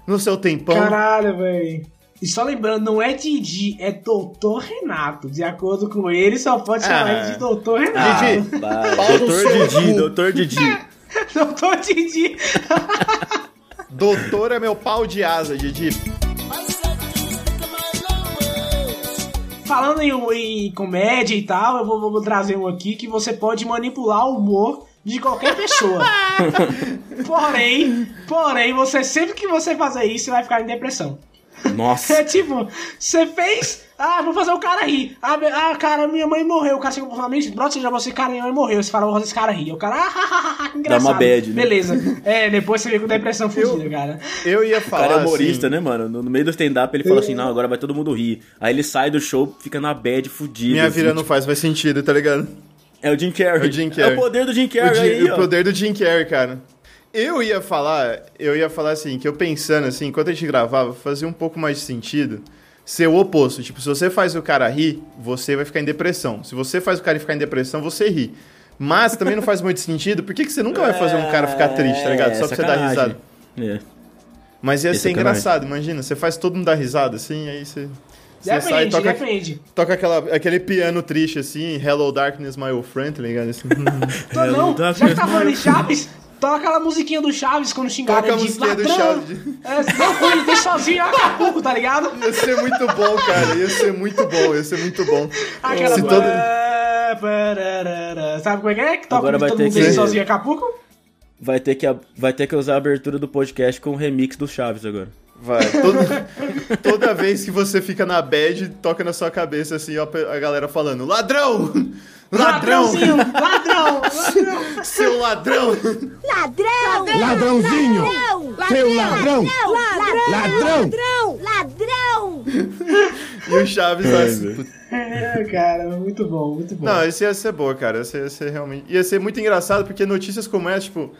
S1: No seu tempão.
S3: caralho, velho. E só lembrando, não é Didi, é Doutor Renato. De acordo com ele, só pode chamar
S1: Ah.
S3: ele de Doutor Renato.
S1: Didi.
S2: Ah,
S1: um
S2: vai.
S1: Paulo
S2: doutor
S1: Soco.
S2: Didi, doutor Didi.
S3: Doutor Didi.
S1: Doutor é meu pau de asa, Didi.
S3: Falando em, em comédia e tal, eu vou, vou- vou trazer um aqui que você pode manipular o humor de qualquer pessoa. porém, porém, você sempre que você fazer isso, você vai ficar em depressão. É
S2: Nossa.
S3: tipo, você fez. Ah, vou fazer o cara rir. Ah, me- ah, cara, minha mãe morreu. O cara chega pro seu amigo, brother, você já você, cara, minha mãe morreu. Você fala, vou fazer esse cara rir. O cara, ah, ah, ah, ah, que engraçado.
S2: uma bad, né?
S3: Beleza. É, depois você vem com depressão
S1: Eu-
S3: fodida, cara.
S1: Eu ia
S2: O
S1: falar.
S2: cara é humorista,
S1: assim,
S2: né, mano? No no meio do stand-up ele fala assim, não, agora vai todo mundo rir. Aí ele sai do show, fica na bad, fudido.
S1: Minha
S2: assim,
S1: vida não
S2: tipo,
S1: faz mais sentido, tá ligado?
S2: É o Jim Carrey.
S1: É o Jim Carrey.
S2: É o poder do Jim
S1: O,
S2: Carrey
S1: Jim-
S2: aí,
S1: o
S2: ó.
S1: poder do Jim Carrey, cara. Eu ia falar, eu ia falar assim, que eu pensando assim, enquanto a gente gravava, fazia um pouco mais de sentido ser o oposto. Tipo, se você faz o cara rir, você vai ficar em depressão. Se você faz o cara ficar em depressão, você ri. Mas também não faz muito sentido, por que, que você nunca vai fazer um cara ficar triste, tá ligado? Só pra você dar
S2: É, sacanagem.
S1: risada.
S2: É.
S1: Mas ia
S2: É
S1: ser
S2: sacanagem.
S1: engraçado, imagina, você faz todo mundo dar risada assim, aí você, você sai e
S3: Depende,
S1: toca,
S3: depende.
S1: toca aquela, aquele piano triste assim, Hello Darkness, My Old Friend, tá ligado? Assim,
S3: Tô,
S2: É,
S3: não,
S2: não dá
S3: já que
S2: pra-
S3: tá falando em Chaves, toca aquela musiquinha do Chaves quando xingaram
S1: Toca a
S3: ele de
S1: musiquinha do
S3: ladrão.
S1: Chaves.
S3: É, não, quando ele deixa sozinho em Acapulco, tá ligado?
S1: Ia ser muito bom, cara. Ia ser muito bom, ia ser muito bom.
S3: Aquela...
S1: Se todo-
S3: pá, pararara. Sabe como é que é? Que toca
S2: Agora vai
S3: todo
S2: ter
S3: mundo
S2: que-
S3: deixa sozinho em Acapulco?
S2: Vai ter, que, vai ter que usar a abertura do podcast com o remix do Chaves agora.
S1: Vai. todo- toda vez que você fica na bad, toca na sua cabeça assim, ó, a galera falando: Ladrão! Ladrão!
S3: Ladrãozinho, ladrão, ladrão.
S1: Seu ladrão!
S7: Ladrão!
S8: Ladrãozinho! Seu ladrão!
S7: Ladrão!
S8: Ladrão!
S7: Ladrão! Ladrão!
S1: E o Chaves lá. assim,
S2: velho.
S1: puta.
S3: É, cara, muito bom, muito bom.
S1: Não, esse ia ser boa, cara. Esse ia ser realmente. Ia ser muito engraçado, porque notícias como essa, tipo,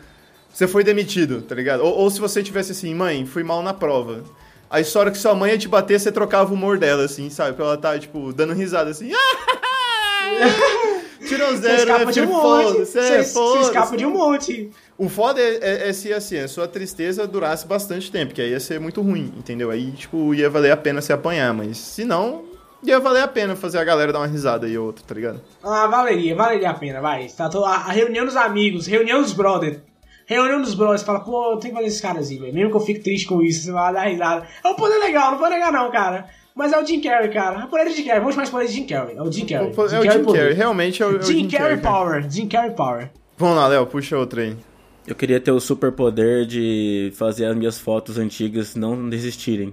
S1: você foi demitido, tá ligado? Ou, ou se você tivesse assim, mãe, fui mal na prova. Aí só a hora que sua mãe ia te bater, você trocava o humor dela, assim, sabe? Pra ela tá, tipo, dando risada assim. Tirou
S3: Você
S1: zero,
S3: escapa
S1: né?
S3: de um
S1: Tipo,
S3: monte.
S1: foda-se,
S3: Você
S1: é,
S3: você escapa
S1: foda-se.
S3: de um monte.
S1: O foda é, é, é se assim, a sua tristeza durasse bastante tempo, que aí ia ser muito ruim, entendeu? Aí, tipo, ia valer a pena se apanhar, mas se não, ia valer a pena fazer a galera dar uma risada e outra, tá ligado?
S3: Ah, valeria, valeria a pena, vai. Tá, tô- a, a reunião dos amigos, reunião dos brothers. Reunião dos brothers, fala, pô, eu tenho que fazer esses caras aí, velho. Mesmo que eu fique triste com isso, você vai dar risada. É um poder legal, não vou negar não, cara. Mas é o Jim Carrey, cara. É poder de Jim Carrey, vou chamar de poder de Jim Carrey. É o Jim Carrey.
S1: é o Jim
S3: poder.
S1: Carrey, realmente é o, é o
S3: Jim Carrey
S1: cara.
S3: Power, Jim Carrey é Power.
S1: Vamos lá, Léo, puxa outra aí.
S2: Eu queria ter o superpoder de fazer as minhas fotos antigas não desistirem.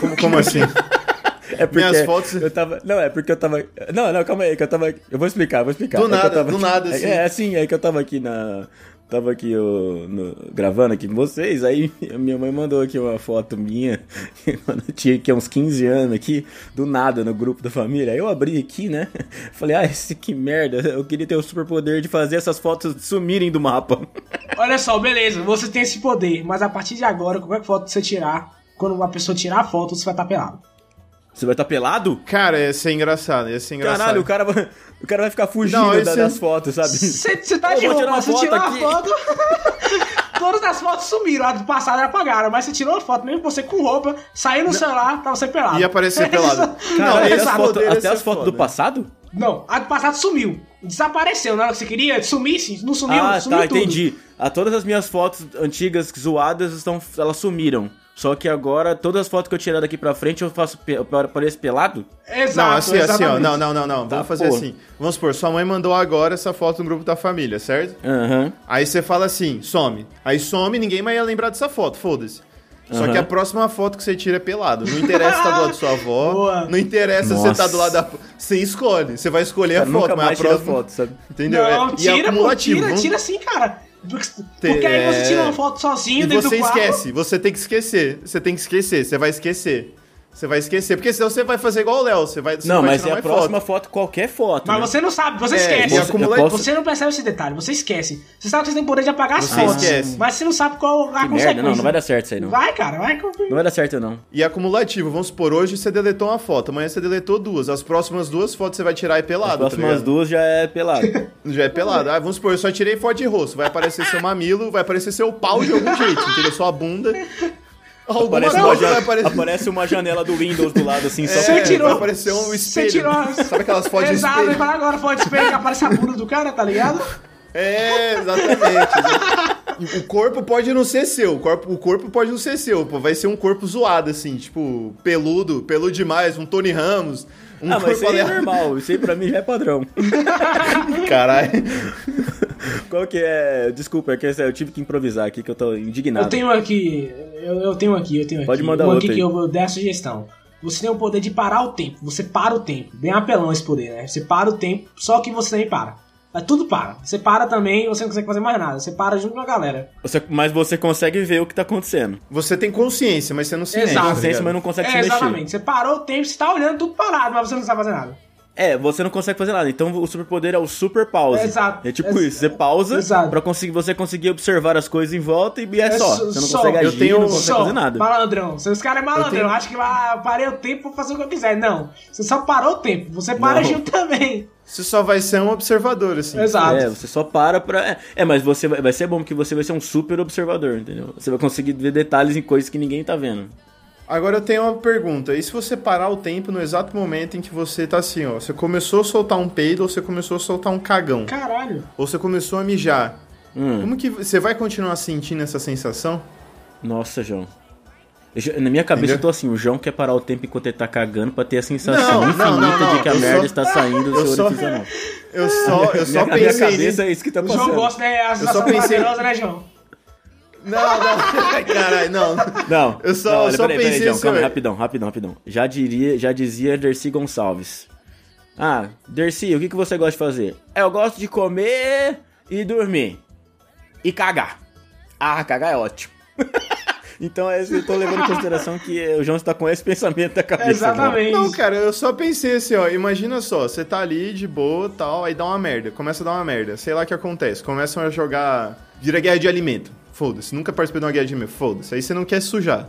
S1: Como, como assim?
S2: É porque
S1: Minhas fotos-
S2: eu tava. Não, é porque eu tava. Não, não, calma aí, que eu tava. Eu vou explicar, eu vou explicar.
S1: Do
S2: É que eu
S1: nada,
S2: tava
S1: do
S2: aqui-
S1: nada,
S2: é-
S1: assim.
S2: É, assim, é que eu tava aqui na. Tava aqui eu, gravando aqui com vocês, aí a minha mãe mandou aqui uma foto minha, quando eu tinha aqui uns 15 anos aqui, do nada, no grupo da família. Aí eu abri aqui, né? Falei, ah, esse que merda, eu queria ter o superpoder de fazer essas fotos sumirem do mapa.
S3: Olha só, beleza, você tem esse poder, mas a partir de agora, qualquer foto que você tirar, quando uma pessoa tirar a foto, você vai estar pelado.
S2: Você vai estar pelado?
S1: Cara, ia ser engraçado, ia ser engraçado.
S2: Caralho, o cara, vai, o cara vai ficar fugindo
S1: Não,
S2: da-
S1: esse-
S2: das fotos, sabe?
S3: Você você tá
S2: Eu
S3: de
S2: vou tirar
S3: roupa,
S2: uma
S3: você
S2: foto
S3: tirou a
S2: aqui.
S3: foto. Todas as fotos sumiram, a do passado apagaram, mas você tirou a foto, mesmo você com roupa, saiu no celular, tava você pelado.
S1: Ia aparecer pelado.
S2: Cara,
S1: Não,
S2: até
S1: esse
S2: as, foto-
S1: poder ia
S2: até
S1: ser
S2: as fotos
S1: foda.
S2: do passado?
S3: Não, a do passado sumiu. Desapareceu, não era o que você queria? Sumisse, não sumiu,
S2: ah,
S3: sumiu
S2: tá,
S3: tudo.
S2: entendi. A todas as minhas fotos antigas zoadas estão, elas sumiram. Só que agora todas as fotos que eu tirar daqui pra frente eu faço pe- eu pareço pelado?
S3: Exato,
S1: Não, assim, assim, ó.
S3: exatamente.
S1: Não, não, não, não.
S2: é Tá,
S1: Vamos fazer
S2: porra.
S1: assim. Vamos supor, sua mãe mandou agora essa foto no grupo da família, certo?
S2: Aham.
S1: Aí você fala assim, some. Aí some, ninguém mais ia lembrar dessa foto, foda-se. Só
S2: Aham.
S1: que a próxima foto que você tira é pelado. Não interessa se tá do lado da sua avó.
S3: Boa.
S1: Não interessa se
S2: Nossa.
S1: você tá do lado da. Você escolhe. Você vai escolher a
S2: Cara,
S1: É foto,
S2: nunca
S1: mas
S2: mais
S1: a
S2: tira
S1: próxima.
S2: foto, sabe?
S1: Entendeu?
S3: Não,
S1: É- e é
S3: tira, pô,
S1: acumulativo,
S3: tira,
S1: vamos-
S3: tira sim, cara. Porque
S1: Te-
S3: aí você tira
S1: é.
S3: uma foto sozinho
S1: E
S3: dentro
S1: você
S3: do quarto.
S1: esquece, você tem que esquecer. Você tem que esquecer, você vai esquecer. Você vai esquecer, porque senão você vai fazer igual o Léo. Você vai, você
S2: Não,
S1: vai
S2: mas
S1: tirar
S2: é a
S1: mais
S2: próxima foto, qualquer foto.
S3: Mas
S2: né?
S3: você não sabe, você
S1: É,
S3: esquece.
S1: e
S2: Você- eu
S1: acumula-
S2: posso-
S3: Você não percebe esse detalhe, você esquece. Você sabe que você tem poder de apagar as
S1: Você
S3: fotos.
S1: esquece.
S3: Mas você não sabe qual a
S2: Que
S3: consequência.
S2: merda, não, não vai dar certo isso aí não.
S3: Vai, cara, vai.
S2: Não vai dar certo não.
S1: E é acumulativo, vamos supor, hoje você deletou uma foto, amanhã você deletou duas. As próximas duas fotos você vai tirar é pelado,
S2: As
S1: tá
S2: próximas
S1: ligado?
S2: duas já é pelado.
S1: Já é pelado. Ah, vamos supor, eu só tirei foto de rosto. Vai aparecer seu mamilo, vai aparecer seu pau de algum jeito, entendeu? Sua bunda. Alguma
S2: Aparece, uma,
S1: coisa
S2: ja-
S1: vai aparecer.
S2: aparece uma janela do Windows do lado assim, só
S1: É,
S3: Você tirou.
S1: vai aparecer um espelho.
S3: Você tirou.
S1: Sabe aquelas fotos de
S3: Exato,
S1: espelho?
S3: vai falar agora foto de espelho que aparece a bunda do cara, tá ligado?
S1: É, exatamente. E o corpo pode não ser seu, o corpo, o corpo pode não ser seu, pô. Vai ser um corpo zoado, assim, tipo, peludo, peludo demais, um Tony Ramos, um
S2: Ah, mas isso
S1: corpo
S2: aí é
S1: aleatório.
S2: normal, isso aí pra mim já é padrão.
S1: Caralho.
S2: Qual que é? Desculpa, é que eu tive que improvisar aqui que eu tô indignado.
S3: Eu tenho aqui. Eu, eu tenho aqui, eu tenho aqui.
S2: Pode mandar
S3: um
S2: outra
S3: aqui
S2: aí.
S3: que eu vou dar a sugestão. Você tem o poder de parar o tempo. Você para o tempo. Bem apelão esse poder, né? Você para o tempo, só que você também para. Mas Tudo para. Você para também, você não consegue fazer mais nada. Você para junto com a galera.
S2: Você- mas você consegue ver o que tá acontecendo.
S1: Você tem consciência, mas você não se mexe,
S3: Exato.
S1: tá
S2: Consciência,
S1: ligado?
S2: mas não consegue se
S3: É,
S2: mexer.
S3: exatamente. Você parou o tempo, você tá olhando tudo parado, mas você não sabe fazer nada.
S2: É, você não consegue fazer nada. Então o superpoder é o super pause.
S3: Exato.
S2: É tipo
S3: Ex-
S2: isso, você pausa
S3: Exato.
S2: pra conseguir, você conseguir observar as coisas em volta e é,
S3: É
S2: só.
S3: só-
S2: Você não
S3: só.
S2: consegue
S1: Eu
S2: agir,
S1: tenho-
S2: não consegue
S1: só.
S2: fazer nada.
S3: Malandrão. Seus caras é malandrão.
S1: tenho-
S3: Acho que ah, parei o tempo, vou fazer o que eu quiser. Não. Você só parou o tempo. Você para
S2: Não.
S3: junto também.
S1: Você só vai ser um observador, assim.
S3: Exato.
S2: É, você só para pra. É, é, mas você vai, vai ser bom porque você vai ser um super observador, entendeu? Você vai conseguir ver detalhes em coisas que ninguém tá vendo.
S1: Agora eu tenho uma pergunta. E se você parar o tempo no exato momento em que você tá assim, ó? Você começou a soltar um peido ou você começou a soltar um cagão?
S3: Caralho.
S1: Ou você começou a mijar?
S2: Hum.
S1: Como que você vai continuar sentindo essa sensação?
S2: Nossa, João. Eu já- na minha cabeça
S1: Entendeu?
S2: eu tô assim, o João quer parar o tempo enquanto ele tá cagando pra ter a sensação
S1: Não,
S2: infinita
S1: não, não, não.
S2: de que a
S1: Eu
S2: merda
S1: só-
S2: está saindo do
S1: eu
S2: seu
S1: só-
S2: orifício anal.
S1: Eu só, eu
S2: Minha,
S1: só
S2: na minha
S1: pensei.
S2: cabeça
S1: nisso.
S2: é isso que tá
S3: O João
S2: passando.
S3: gosta, né? A sensação
S1: pensei-
S3: prazerosa, né, João?
S1: Não, não. Caralho, não.
S2: Não,
S1: Eu só-
S2: não,
S1: eu
S2: olha,
S1: só
S2: peraí, peraí,
S1: pensei
S2: João,
S1: assim,
S2: calma, aí,
S1: velho.
S2: rapidão, rapidão, rapidão. Já diria, já dizia Dercy Gonçalves. Ah, Dercy, o que, que você gosta de fazer? É, Eu gosto de comer e dormir. E cagar. Ah, cagar é ótimo. então é isso que eu tô levando em consideração que eh, o João está com esse pensamento da cabeça. né? agora.
S3: Exatamente.
S1: Não, cara, eu só pensei assim, ó. Imagina só, você tá ali de boa tal, aí dá uma merda. Começa a dar uma merda. Sei lá o que acontece. Começam a jogar. Vira guerra de alimento. Foda-se. Nunca participei de uma guerra de alimento. Foda-se. Aí você não quer sujar.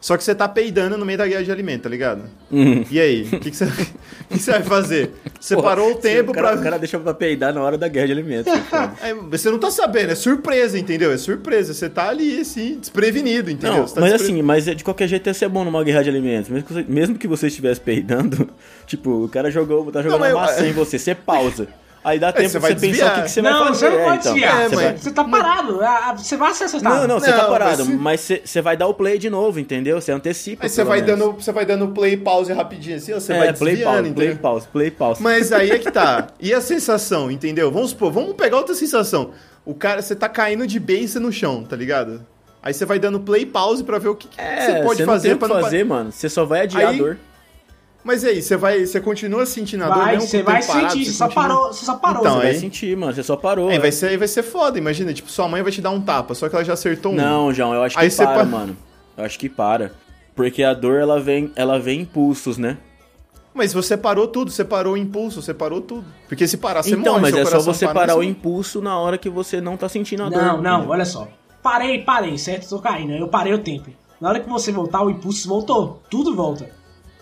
S1: Só que você tá peidando no meio da guerra de alimento, tá ligado?
S2: Uhum.
S1: E aí? O que, que, você... o que que você vai fazer? Você
S2: Pô,
S1: parou o tempo
S2: o cara,
S1: pra.
S2: O cara deixou pra peidar na hora da guerra de alimentos. cara.
S1: É, você não tá sabendo, é surpresa, entendeu? É surpresa. Você tá ali, assim, desprevenido, entendeu?
S2: não,
S1: Você tá
S2: mas
S1: despre-
S2: assim, mas de qualquer jeito ia ser bom numa guerra de alimentos. Mesmo que você, mesmo que você estivesse peidando, tipo, o cara jogou, tá jogando
S1: mas eu- É,
S2: uma maçã em você, você pausa. Aí dá tempo
S1: você
S2: de
S1: vai
S2: você pensar
S1: desviar.
S2: o que, que você
S3: não,
S2: vai
S3: você
S2: fazer.
S3: não
S2: é,
S3: pode
S2: então.
S3: desviar.
S1: É,
S2: Você
S1: mas-
S2: vai-
S3: Você tá parado. ah, ah, Você vai acessar.
S2: Não, não, você
S1: Não,
S2: tá parado,
S1: mas-
S2: mas você você vai dar o play de novo, entendeu? Você antecipa.
S1: Aí você
S2: pelo
S1: vai,
S2: menos.
S1: dando, você vai dando play pause rapidinho, assim, ó, você
S2: é,
S1: vai
S2: play
S1: desviando,
S2: pause, play
S1: entendeu?
S2: pause, play pause.
S1: Mas aí é que tá. E a sensação, entendeu? Vamos supor, vamos pegar outra sensação. O cara, você tá caindo de beiça no chão, tá ligado? Aí você vai dando play pause pra ver o que, que
S2: É,
S1: você pode
S2: você não
S1: fazer
S2: tem o
S1: pra
S2: que
S1: não pa-
S2: fazer, mano. Você só vai adiar
S1: Aí-
S2: a dor.
S1: Mas e aí, você vai, você continua
S2: é um
S1: sentindo a dor
S3: Vai,
S1: mesmo com
S3: você
S1: o
S3: vai
S1: tempo parado?
S3: sentir,
S1: Você
S3: você só
S1: continua-
S3: parou, você só parou.
S1: Então,
S3: você
S2: Vai
S1: Aí-
S2: sentir, mano. Você só parou.
S1: É,
S2: né?
S1: vai ser, aí vai ser foda, imagina, tipo, sua mãe vai te dar um tapa, só que ela já acertou um.
S2: Não, João, eu acho
S1: Aí
S2: que
S1: você
S2: para,
S1: pa-
S2: mano. Eu acho que para. Porque a dor, ela vem, ela vem em impulsos, né?
S1: Mas você parou tudo, você parou o impulso, você parou tudo. Porque se parar, você
S2: então,
S1: morre.
S2: mas
S1: seu
S2: é só
S1: coração
S2: você
S1: parar, você
S2: parar o
S1: morre.
S2: impulso na hora que você não tá sentindo a dor.
S3: Não, não,
S2: entendeu?
S3: olha só. Parei, parei, certo? Tô caindo. Eu parei o tempo. Na hora que você voltar, o impulso voltou. Tudo volta.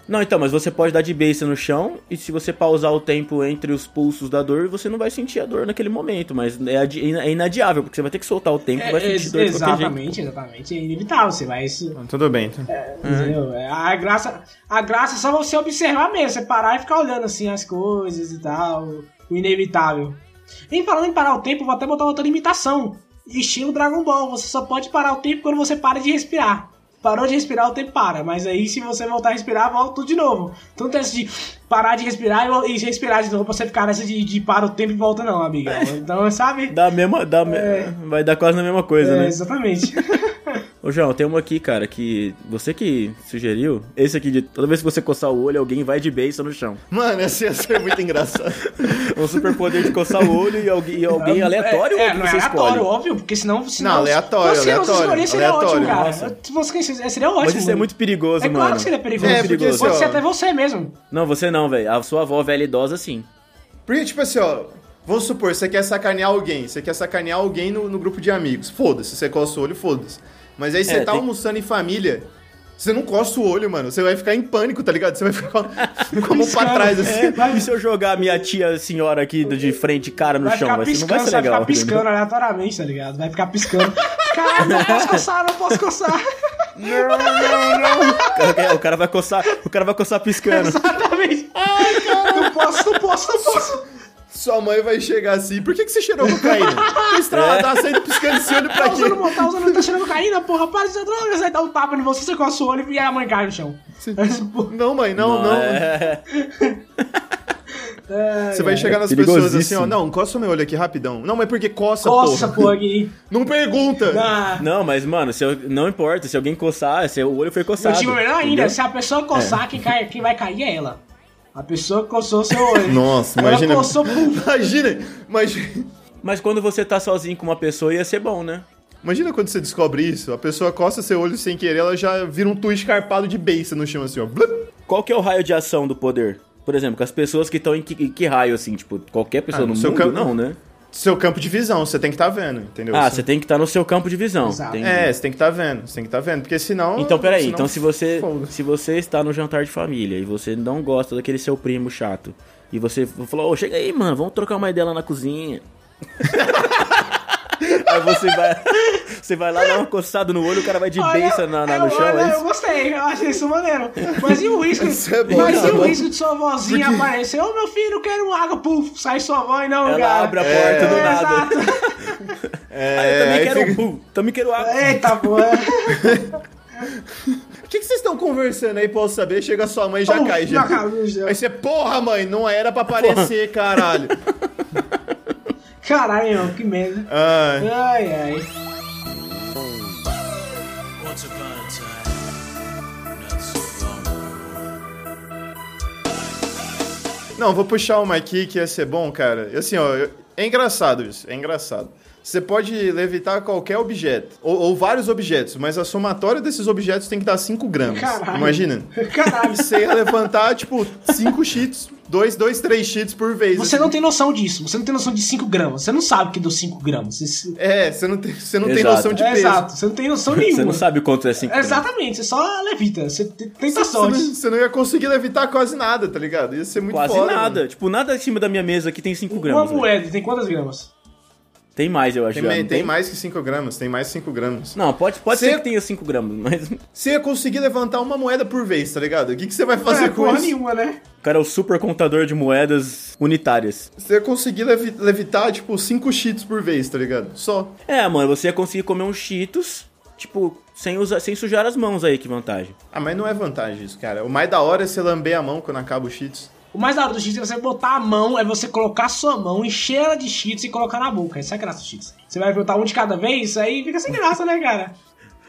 S2: Não, então, mas você pode dar de beijo no chão e se você pausar o tempo entre os pulsos da dor, você não vai sentir a dor naquele momento, mas é, adi- é ina- é inadiável, porque você vai ter que soltar o tempo e vai
S3: É,
S2: sentir dor
S3: ex-
S2: de qualquer jeito.
S3: exatamente, exatamente. É inevitável. Você vai. Isso,
S1: Não, Tudo bem. então.
S3: entendeu? É, A, graça, a graça é só você observar mesmo. Você parar e ficar olhando assim as coisas e tal. O inevitável. E falando em parar o tempo, eu vou até botar outra limitação. Estilo Dragon Ball. Você só pode parar o tempo quando você para de respirar. Parou de respirar, o tempo para. Mas aí, se você voltar a respirar, volta tudo de novo. Então não tem essa de parar de respirar e vol- e respirar de novo pra você ficar nessa de, de para o tempo e volta, não, amiga. Então, sabe?
S2: É. Dá a mesma, dá a me- Vai dar quase na mesma coisa,
S3: É,
S2: né?
S3: exatamente.
S2: Ô, João, tem uma aqui, cara, que você que sugeriu. Esse aqui, de toda vez que você coçar o olho, alguém vai de beijo no chão.
S1: Mano, essa ia ser muito engraçado.
S2: Um superpoder de coçar o olho e alguém, e alguém aleatório
S3: é,
S2: ou que
S3: não é
S2: você
S3: aleatório,
S2: escolhe?
S3: óbvio, porque senão. senão
S1: aleatório,
S3: você não
S1: aleatório,
S3: escolher, seria
S1: aleatório, né?
S3: ótimo, cara.
S2: nossa.
S3: Se você escolher, seria ótimo.
S2: Mas isso é muito perigoso,
S3: É
S2: mano.
S3: claro que seria perigoso.
S1: É, porque,
S2: perigoso.
S1: assim,
S3: Pode ser
S1: ó,
S3: até você mesmo.
S2: Não, você não, velho. A sua avó velha idosa, sim.
S1: Porque, tipo assim, ó. Vamos supor, você quer sacanear alguém. Você quer sacanear alguém no, no grupo de amigos. Foda-se, você coça o olho, foda-se. Mas aí você
S2: É,
S1: tá
S2: tem-
S1: almoçando em família. Você não coça o olho, mano. Você vai ficar em pânico, tá ligado? Você vai ficar como pra trás, assim.
S3: É, Vai-
S2: É, E se eu jogar a minha tia senhora aqui do- de frente, cara no
S3: Vai
S2: chão,
S3: ficar
S2: vai, isso não
S3: piscando,
S2: vai
S3: você
S2: ser
S3: vai
S2: legal. né?
S3: ficar piscando aleatoriamente, tá ligado? Vai ficar piscando. Caralho, não posso coçar, não posso coçar.
S2: entendeu? Não, não, não. O cara- O cara vai coçar, o cara vai coçar piscando.
S3: Exatamente. Ai, cara. Não posso, não posso, não posso.
S1: Sua mãe vai chegar assim. Por que, que você cheirou cocaína? Porque estrela tá saindo piscando esse olho pra
S3: Tá usando,
S1: quê?
S3: mo- tá usando, tá cheirando cocaína, porra. Para de ser droga. Você dá um tapa em você, você coça o olho e a mãe cai no chão.
S1: Não, mãe, não, não.
S2: É,
S1: Você vai chegar nas pessoas assim, ó. Não, coça o meu olho aqui rapidão. Não, mas por que coça,
S3: Coça,
S1: porra?
S3: porra, aqui.
S1: Não pergunta.
S3: Ah.
S2: Não, mas, mano, se eu- não importa. Se alguém coçar, se o olho foi
S3: Eu
S2: coçado.
S3: digo é melhor ainda,
S2: entendeu? É.
S3: se a pessoa coçar, quem, cai- quem vai cair é ela. A pessoa que coçou seu olho.
S1: Nossa,
S3: ela
S1: imagina.
S3: coçou pum.
S1: Imagina, imagina.
S2: Mas quando você tá sozinho com uma pessoa, ia ser bom, né?
S1: Imagina quando você descobre isso, a pessoa coça seu olho sem querer, ela já vira um tu escarpado de beiça no chão, assim, ó. Blup.
S2: Qual que é o raio de ação do poder? Por exemplo, com as pessoas que estão em que, em que raio, assim? Tipo, qualquer pessoa
S1: Ah,
S2: no
S1: no seu
S2: mundo,
S1: campo-
S2: não, né?
S1: Seu campo de visão, você tem que tá vendo, entendeu?
S2: Ah, você tem que estar no seu campo de visão.
S3: Exato.
S2: entendi.
S1: É, você tem que tá vendo, você tem que tá vendo, porque senão...
S2: Então, peraí,
S1: senão-
S2: então se você,
S1: Fogo.
S2: se você está no jantar de família e você não gosta daquele seu primo chato, e você falou, ô, chega aí, mano, vamos trocar uma ideia lá na cozinha. aí você vai, você vai lá, dá uma coçada no olho, o cara vai de
S3: Olha,
S2: beiça na, na- no
S3: eu-
S2: chão,
S3: olha,
S2: é
S3: eu
S2: isso?
S3: gostei, eu achei isso maneiro. Mas e o risco?
S1: Isso é bom,
S3: mas e
S1: tá
S3: o
S1: bom.
S3: risco de sua vozinha aparecer? Ô meu filho, eu quero água, puf, sai sua avó e não,
S2: Ela
S3: cara.
S2: abre a porta do nada.
S3: Exato.
S1: É,
S2: Eu também
S1: aí
S2: quero
S1: fica-
S2: um pum, também quero água.
S3: Eita, é. porra.
S1: O que, que vocês estão conversando aí, posso saber? Chega sua mãe e já
S3: Pum,
S1: cai,
S3: na
S1: já.
S3: cara do céu.
S1: Aí você, porra, mãe, não era pra aparecer, caralho.
S3: Caralho, meu, que merda.
S1: Ah,
S3: Ai, ai.
S1: Não, vou puxar uma aqui que ia ser bom, cara. Assim, ó, eu- é engraçado isso, é engraçado. Você pode levitar qualquer objeto, ou, ou vários objetos, mas a somatória desses objetos tem que dar 5 gramas.
S3: Caralho.
S1: Imagina.
S3: Caralho.
S1: Você ia levantar, tipo, 5 cheats, 2, 2, 3 cheats por vez.
S3: Você
S1: assim.
S3: não tem noção disso. Você não tem noção de 5 gramas. Você não sabe o que deu 5 gramas. Isso-
S1: É, você não tem, você não tem
S2: Exato.
S1: noção de
S3: É,
S1: peso.
S3: exato. Você não tem noção nenhuma.
S2: Você não sabe o quanto é assim.
S3: Exatamente, você só levita, você te- tenta
S1: Você não,
S3: sorte.
S1: você não ia conseguir levitar quase nada, tá ligado? Ia ser muito
S2: Quase
S1: foda,
S2: nada.
S1: mano.
S2: Tipo, nada acima da minha mesa aqui tem 5
S3: Uma
S2: gramas. velho.
S3: moeda tem quantas gramas?
S2: Tem mais, eu acho.
S1: Tem,
S2: já, não
S1: tem mais que 5 gramas, tem mais 5 gramas.
S2: Não, pode, pode
S1: Cê-
S2: ser que tenha 5 gramas, mas. O
S1: Você ia conseguir levantar uma moeda por vez, tá ligado? O que, que você vai fazer
S3: é,
S1: com
S3: porra
S1: isso?
S3: nenhuma, né?
S2: cara é o super contador de moedas unitárias.
S1: Você ia conseguir levi- levitar, tipo, cinco cheats por vez, tá ligado? Só.
S2: É, mano, você ia conseguir comer uns cheetos, tipo, sem, usar, sem sujar as mãos aí, que vantagem.
S1: Ah, mas não é vantagem isso, cara. O mais da hora é você lamber a mão quando acaba o cheats.
S3: O mais da hora do cheats é você botar a mão, é você colocar a sua mão, encher ela de cheats e colocar na boca. Essa é a graça do cheats. Você vai botar um de cada vez, aí fica sem graça, né, cara?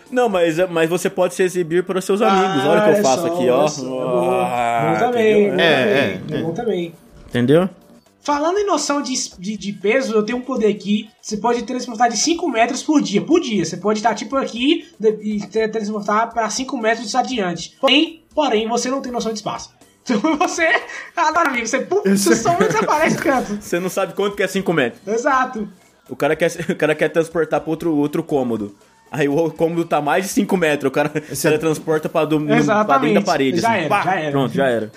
S2: Não, mas, mas você pode se exibir para os seus amigos.
S3: Ah,
S2: Olha o que eu faço
S3: só,
S2: aqui, ó.
S3: olha só, Bom,
S2: Ah,
S3: bom também,
S2: entendeu?
S3: bom
S1: É,
S3: também,
S1: é,
S3: bom também.
S2: Entendeu?
S3: Falando em noção de, de, de peso, eu tenho um poder aqui. Você pode transportar de 5 metros por dia. Por dia. Você pode estar tipo aqui de- e tra- transportar para 5 metros adiante. Porém, porém, você não tem noção de espaço. Então você. Adoro, amigo. Você, pum, você só desaparece do canto.
S2: Você não sabe quanto que é 5 metros.
S3: Exato.
S2: O cara quer, o cara quer transportar para outro, outro cômodo. Aí o cômodo tá mais de 5 metros. O cara
S1: Esse é-
S2: transporta para dentro
S3: Exatamente.
S2: da parede.
S3: Já
S2: assim.
S3: era,
S2: Pá!
S3: já era.
S2: Pronto, já era.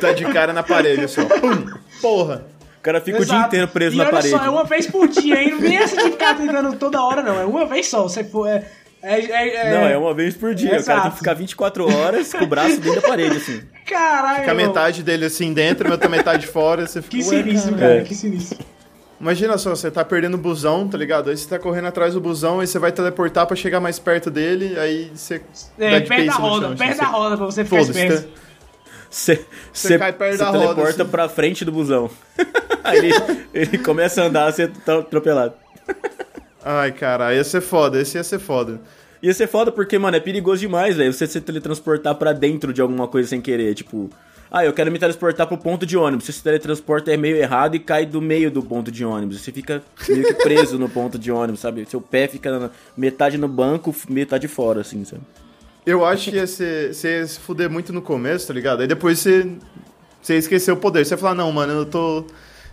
S1: Tá de cara na parede, só. Pum! Porra!
S2: O cara fica o dia
S3: Exato.
S2: inteiro preso
S3: e
S2: na
S3: olha
S2: parede.
S3: Só, é uma vez por dia, hein? Não vem essa de ficar tentando toda hora, não. É uma vez só. Você for. É, é, é,
S2: Não, é uma vez por dia. O cara tem
S3: Exato.
S2: que ficar 24 horas com o braço dentro da parede, assim.
S3: Caralho.
S1: Fica a
S3: irmão.
S1: metade dele assim dentro, a outra metade fora. Você fica,
S3: Que
S1: "Ué,
S3: sinistro,
S1: cara."
S3: cara.
S2: É.
S3: Que sinistro.
S1: Imagina só, você tá perdendo o busão, tá ligado? Aí você tá correndo atrás do busão, aí você vai teleportar pra chegar mais perto dele, aí você.
S3: É,
S1: dá de pace
S3: perto da
S1: no
S3: roda,
S1: chão,
S3: perto
S1: assim,
S3: da
S1: você-
S3: roda pra você ficar
S1: Foda-se, tá?
S3: esperto.
S2: Você
S1: cai perto da roda,
S2: teleporta
S1: assim.
S2: pra frente do busão. Aí ele, ele começa a andar, você tá atropelado.
S1: Ai, cara, ia ser foda, esse ia ser foda.
S2: Ia ser foda porque, mano, é perigoso demais, velho. Você se teletransportar pra dentro de alguma coisa sem querer. Tipo, ah, eu quero me teletransportar pro ponto de ônibus. Você se teletransporta é meio errado e cai do meio do ponto de ônibus. Você fica meio que preso no ponto de ônibus, sabe? Seu pé fica na- metade no banco, metade fora, assim, sabe?
S1: Eu acho que ia ser, você ia se fuder muito no começo, tá ligado? Aí depois você, você ia esquecer o poder. Você ia falar, não, mano, eu tô.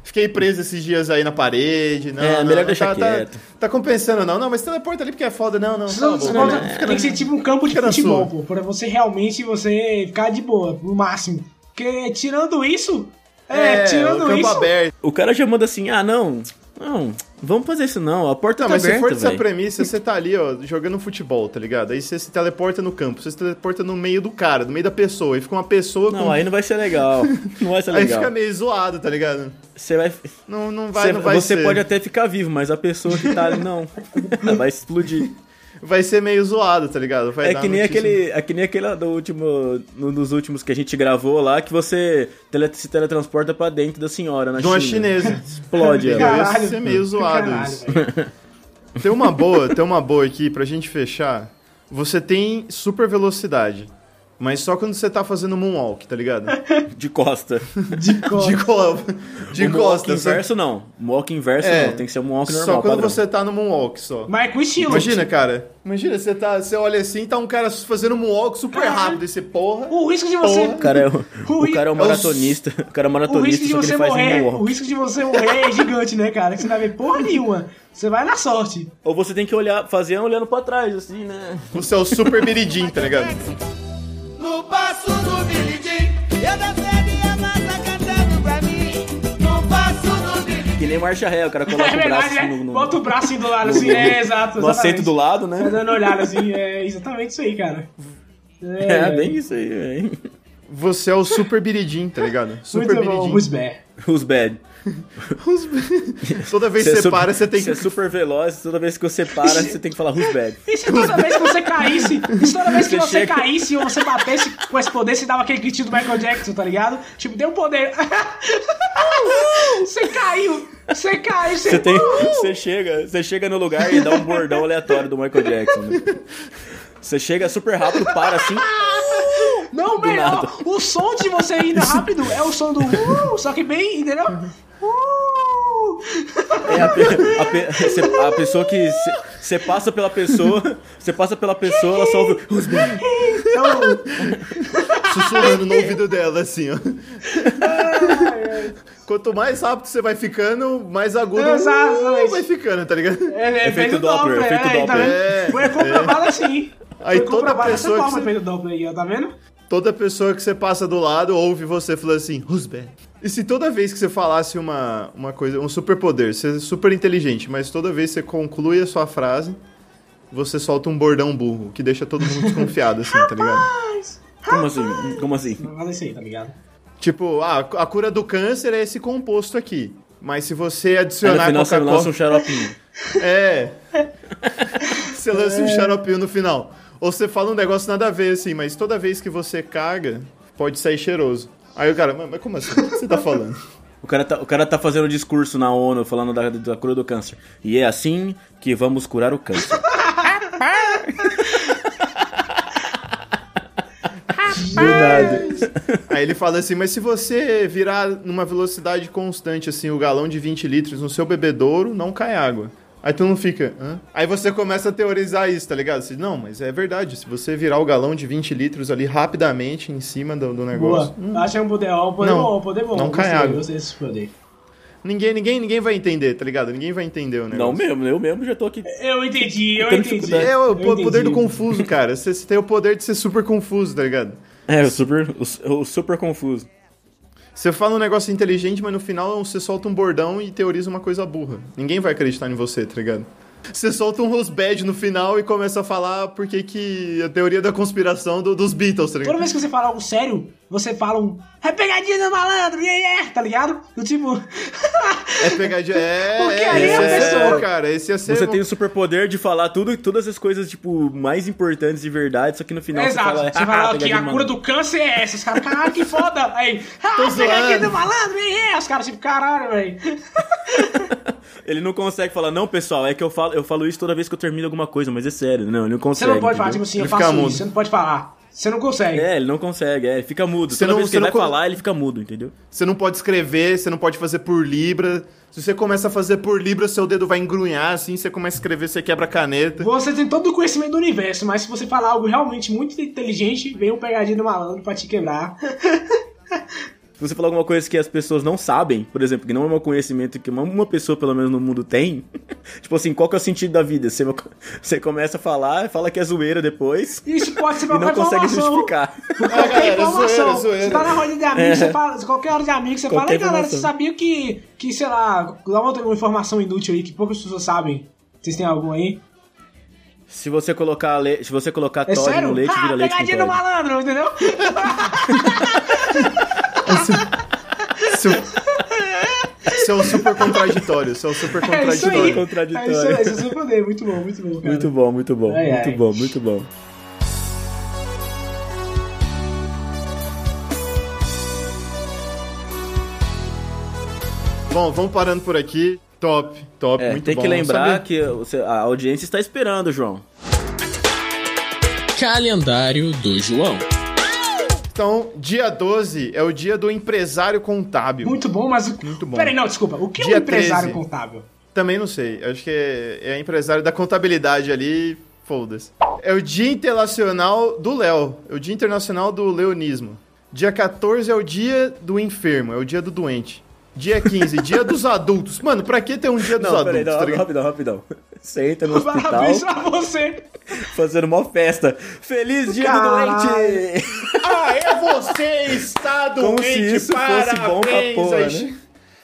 S1: Fiquei preso esses dias aí na parede. Não,
S2: É,
S1: não,
S2: melhor
S1: não,
S2: deixar
S1: tá, tá-
S2: quieto."
S1: Tá compensando, não. Não, mas teleporta ali porque é foda, não, não.
S3: Só-
S1: cala a
S3: só-
S1: boca,
S3: só-
S1: né?
S3: Tem que ser tipo um campo de
S1: Fica na
S3: futebol,
S1: sua.
S3: pô. Pra você realmente você ficar de boa, no máximo. Porque tirando isso. É,
S1: o
S3: tirando
S1: campo
S3: isso.
S1: aberto.
S2: O cara já manda assim, ah, não, não, vamos fazer isso não, a porta
S1: Não,
S2: tá
S1: mas se
S2: aberta,
S1: for dessa
S2: velho.
S1: premissa, você tá ali, ó, jogando futebol, tá ligado? Aí você se teleporta no campo, você se teleporta no meio do cara, no meio da pessoa. Aí fica uma pessoa
S2: Não,
S1: com.
S2: aí não vai ser legal, não vai ser
S1: aí fica
S2: legal.
S1: meio zoado, tá ligado?
S2: Você vai...
S1: Não, não vai,
S2: você
S1: não vai
S2: você
S1: ser.
S2: pode até ficar vivo, mas a pessoa que tá ali, não. Ela vai explodir.
S1: Vai ser meio zoado, tá ligado? Vai
S2: É
S1: dar
S2: que, nem
S1: notícia-
S2: aquele, é que nem aquele do último, um dos últimos que a gente gravou lá, que você tele- se teletransporta pra dentro da senhora na
S1: De uma
S2: China.
S1: chinesa.
S2: Explode ela.
S1: Cara,
S3: Caralho,
S1: Isso é meio zoado
S3: Caralho,
S1: isso.
S3: velho.
S1: Tem uma boa, tem uma boa aqui pra gente fechar. Você tem super velocidade, mas só quando você tá fazendo moonwalk, tá ligado?
S2: de costa.
S3: De cor.
S1: De, co de costa,
S2: O Moonwalk
S1: só-
S2: inverso não. Moonwalk inverso
S1: É.
S2: não, tem que ser um walk normal.
S1: Só quando
S2: padrão.
S1: você tá no moonwalk só.
S3: Mas com estilo.
S1: Imagina, cara. Imagina, você, tá, você olha assim, tá um cara fazendo moonwalk super
S3: Caralho.
S1: rápido, esse porra.
S3: O risco de você.
S2: O cara é, o,
S3: Ui,
S2: o cara é um
S1: é o-
S2: maratonista. O cara é um
S3: O risco
S2: maratonista,
S3: de
S2: só que
S3: você
S2: ele faz um
S3: morrer, o
S2: moonwalk.
S3: risco de você morrer é gigante, né, cara? Que você não vai ver porra nenhuma. Você vai na sorte.
S2: Ou você tem que olhar, fazer olhando pra trás, assim, né?
S1: Você é o super biridim, tá ligado?
S4: No passo do bilidim, eu dançaria a massa cantando pra mim. No passo do bilidim,
S2: Que nem marcha ré, o cara
S3: É
S2: coloca o braço
S3: verdade,
S2: assim
S3: né?
S2: no, no,
S3: Bota o braço assim do lado, assim, é exato.
S2: no assento do lado, né?
S3: Tá dando uma olhada assim, é exatamente isso aí, cara.
S2: É, bem isso aí, velho.
S1: Você é o super biridim, tá ligado? Super
S3: Muito bom,
S1: biridim.
S3: Rusber.
S2: Os bad.
S1: Toda vez
S2: Você
S1: que você
S2: é super-
S1: para, você tem
S2: Você é
S1: que
S2: super veloz, toda vez que você para, você tem que falar who's bad.
S3: E se é toda vez que você caísse, e se toda vez que
S2: Você
S3: você
S2: chega-
S3: caísse ou você batesse com esse poder, você dava aquele gritinho do Michael Jackson, tá ligado? Tipo, deu um poder. Você caiu, você caiu, você... uh!
S2: Você tem, você chega, você chega no lugar e dá um bordão aleatório do Michael Jackson. né? Você chega super rápido, para assim,
S3: Não,
S2: nada.
S3: melhor, o som de você indo rápido é o som do... Uh, só que bem, entendeu?
S1: Uhum.
S3: Uh.
S2: é a, pe- a pe- você- a pessoa que você- você passa pela pessoa, você passa pela pessoa, ela só ouve who's bad.
S3: Então,
S1: sussurrando no ouvido dela, assim, ó. Quanto mais rápido você vai ficando, mais agudo
S3: Exatamente.
S1: uh, vai ficando, tá ligado?
S3: É, é
S2: Efeito
S3: efeito
S2: Doppler,
S3: Doppler,
S2: efeito
S3: é, tá
S2: Doppler.
S3: vendo?
S1: É,
S3: Foi comprovado assim.
S1: Aí
S3: Foi
S1: toda
S3: comprovado
S1: pessoa que
S3: dessa forma,
S1: você-
S3: efeito Doppler aí, ó, tá vendo?
S1: Toda pessoa que você passa do lado ouve você falando assim, who's bad? E se toda vez que você falasse uma, uma coisa, um superpoder, você é super inteligente, mas toda vez que você conclui a sua frase, você solta um bordão burro, que deixa todo mundo desconfiado, assim, tá ligado?
S2: Como assim? Como assim?
S3: Mas é isso aí, tá ligado?
S1: Tipo, ah, a cura do câncer é esse composto aqui. Mas se você
S2: Aí no
S1: adicionar
S2: final você lança
S1: Coca-Cola...
S2: um xaropinho.
S1: É. Você lança um xaropinho no final. Ou você fala um negócio nada a ver, assim, mas toda vez que você caga, pode sair cheiroso. Aí o cara, "Mas- mas como assim? O que você tá falando?
S2: O cara, tá, o cara tá fazendo um discurso na ONU falando da, da cura do câncer. E é assim que vamos curar o câncer. Do nada.
S1: Aí ele fala assim, mas se você virar numa velocidade constante, assim, o galão de 20 litros no seu bebedouro, não cai água. Aí tu não fica, hã? Aí você começa a teorizar isso, tá ligado? Você, não, mas é verdade, se você virar o galão de 20 litros ali rapidamente em cima do, do negócio...
S3: Boa. Achei um poder, ó, um poder
S1: Não.
S3: bom, um poder bom.
S1: Não
S3: Gostei,
S1: cai água.
S3: Gostei desse poder.
S1: Ninguém, ninguém, ninguém vai entender, tá ligado? Ninguém vai entender o negócio.
S2: Não mesmo, eu mesmo já tô aqui.
S3: Eu entendi, eu
S2: Tendo
S3: entendi.
S2: dificuldade.
S1: É o
S3: Eu
S1: po-
S3: entendi.
S1: poder do confuso, cara. Você você tem o poder de ser super confuso, tá ligado?
S2: É, eu super, eu, eu super confuso.
S1: Você fala um negócio inteligente, mas no final você solta um bordão e teoriza uma coisa burra. Ninguém vai acreditar em você, tá ligado? Você solta um rosbad no final e começa a falar porque que a teoria da conspiração do- dos Beatles, tá
S3: Toda
S1: ligado?
S3: vez que você fala algo sério, você fala um. É pegadinha do malandro, yeah, yeah, tá ligado? Do tipo.
S1: É pegadinha. É,
S3: Porque
S1: é,
S3: aí
S1: esse
S3: a
S1: ia ser,
S3: pessoa-
S1: cara, esse é ia ser.
S2: Você tem o superpoder de falar tudo, todas as coisas, tipo, mais importantes de verdade, só que no final você
S3: Exato.
S2: fala... "Ah,
S3: Você
S1: "Ah,
S3: fala que
S2: pegadinha
S3: a cura
S2: maluca.
S3: do câncer é essa. Os caras, caralho, que foda. Aí, ah,
S1: zoando.
S3: pegadinha do malandro, yeah, yeah. Os caras, tipo, caralho, velho.
S2: Ele não consegue falar, não, pessoal, é que eu falo, eu falo isso toda vez que eu termino alguma coisa, mas é sério. Não, ele não
S3: Você
S2: consegue.
S3: não pode falar,
S2: entendeu?
S3: tipo assim,
S1: Ele
S3: eu faço
S1: fica
S3: isso.
S1: mudo.
S3: Você não pode falar. Você não consegue.
S2: É, ele não consegue, é, ele fica mudo.
S1: Você
S2: toda
S1: não-
S2: vez que
S1: você
S2: ele
S1: não
S2: vai
S1: con-
S2: falar, ele fica mudo, entendeu?
S1: Você não pode escrever, você não pode fazer por libra. Se você começa a fazer por libra, seu dedo vai engrunhar assim, você começa a escrever, você quebra a caneta.
S3: Você tem todo o conhecimento do universo, mas se você falar algo realmente muito inteligente, vem um pegadinho do malandro pra te quebrar.
S2: Se você falar alguma coisa que as pessoas não sabem, por exemplo, que não é um conhecimento que uma, uma pessoa, pelo menos no mundo, tem, tipo assim, qual que é o sentido da vida? Você, você começa a falar, fala que é zoeira depois
S3: Isso pode ser
S2: e não
S3: qualquer
S2: consegue
S3: informação.
S2: justificar.
S1: Ah,
S3: Qualquer
S1: galera,
S3: informação.
S1: zoeira, zoeira.
S3: Você tá na roda de amigos, você fala, qualquer hora de amigos, você fala,
S2: Qualquer
S3: ei galera,
S2: informação.
S3: você sabia que, que, sei lá, dá uma outra informação inútil aí que poucas pessoas sabem. Vocês têm algum aí?
S2: Se você colocar, le... Se você colocar
S3: É
S2: Todd
S3: sério?
S2: no leite,
S3: ah,
S2: vira leite com
S3: pegadinha do
S2: Todd.
S3: malandro, entendeu?
S1: Seu, seu super contraditório, seu super
S3: É
S1: contraditório.
S3: isso aí. É isso aí,
S2: Contraditório.
S3: esse é o seu poder. Muito bom, muito bom, cara.
S2: Muito bom, muito bom,
S3: Ai,
S2: muito
S3: ai.
S2: bom, muito bom.
S1: Bom, vamos parando por aqui. Top, top,
S2: É,
S1: muito
S2: tem
S1: bom.
S2: que lembrar
S1: Sabe-
S2: que você- a audiência está esperando, João.
S9: Calendário do João.
S1: Então, dia 12 é o dia do empresário contábil.
S3: Muito bom, mas... o-
S1: Muito bom.
S3: Peraí, não, desculpa. O que é
S1: Dia
S3: um empresário
S1: 13.
S3: contábil?
S1: Também não sei, acho que é, é empresário da contabilidade ali, foda-se. É o dia internacional do Léo, é o dia internacional do leonismo. Dia 14 é o dia do enfermo, é o dia do doente. Dia 15, dia dos adultos. Mano, pra que ter um dia dos
S2: Não,
S1: adultos?
S2: peraí, não,
S1: tá ligado?
S2: rapidão, rapidão. Você entra no hospital
S3: Parabéns pra você.
S2: fazendo uma festa. Feliz dia do
S3: Caralho.
S2: doente!
S1: Ah, é você está doente,
S2: Como se isso fosse
S1: parabéns.
S2: bom pra porra,
S1: aí,
S2: né?
S1: che-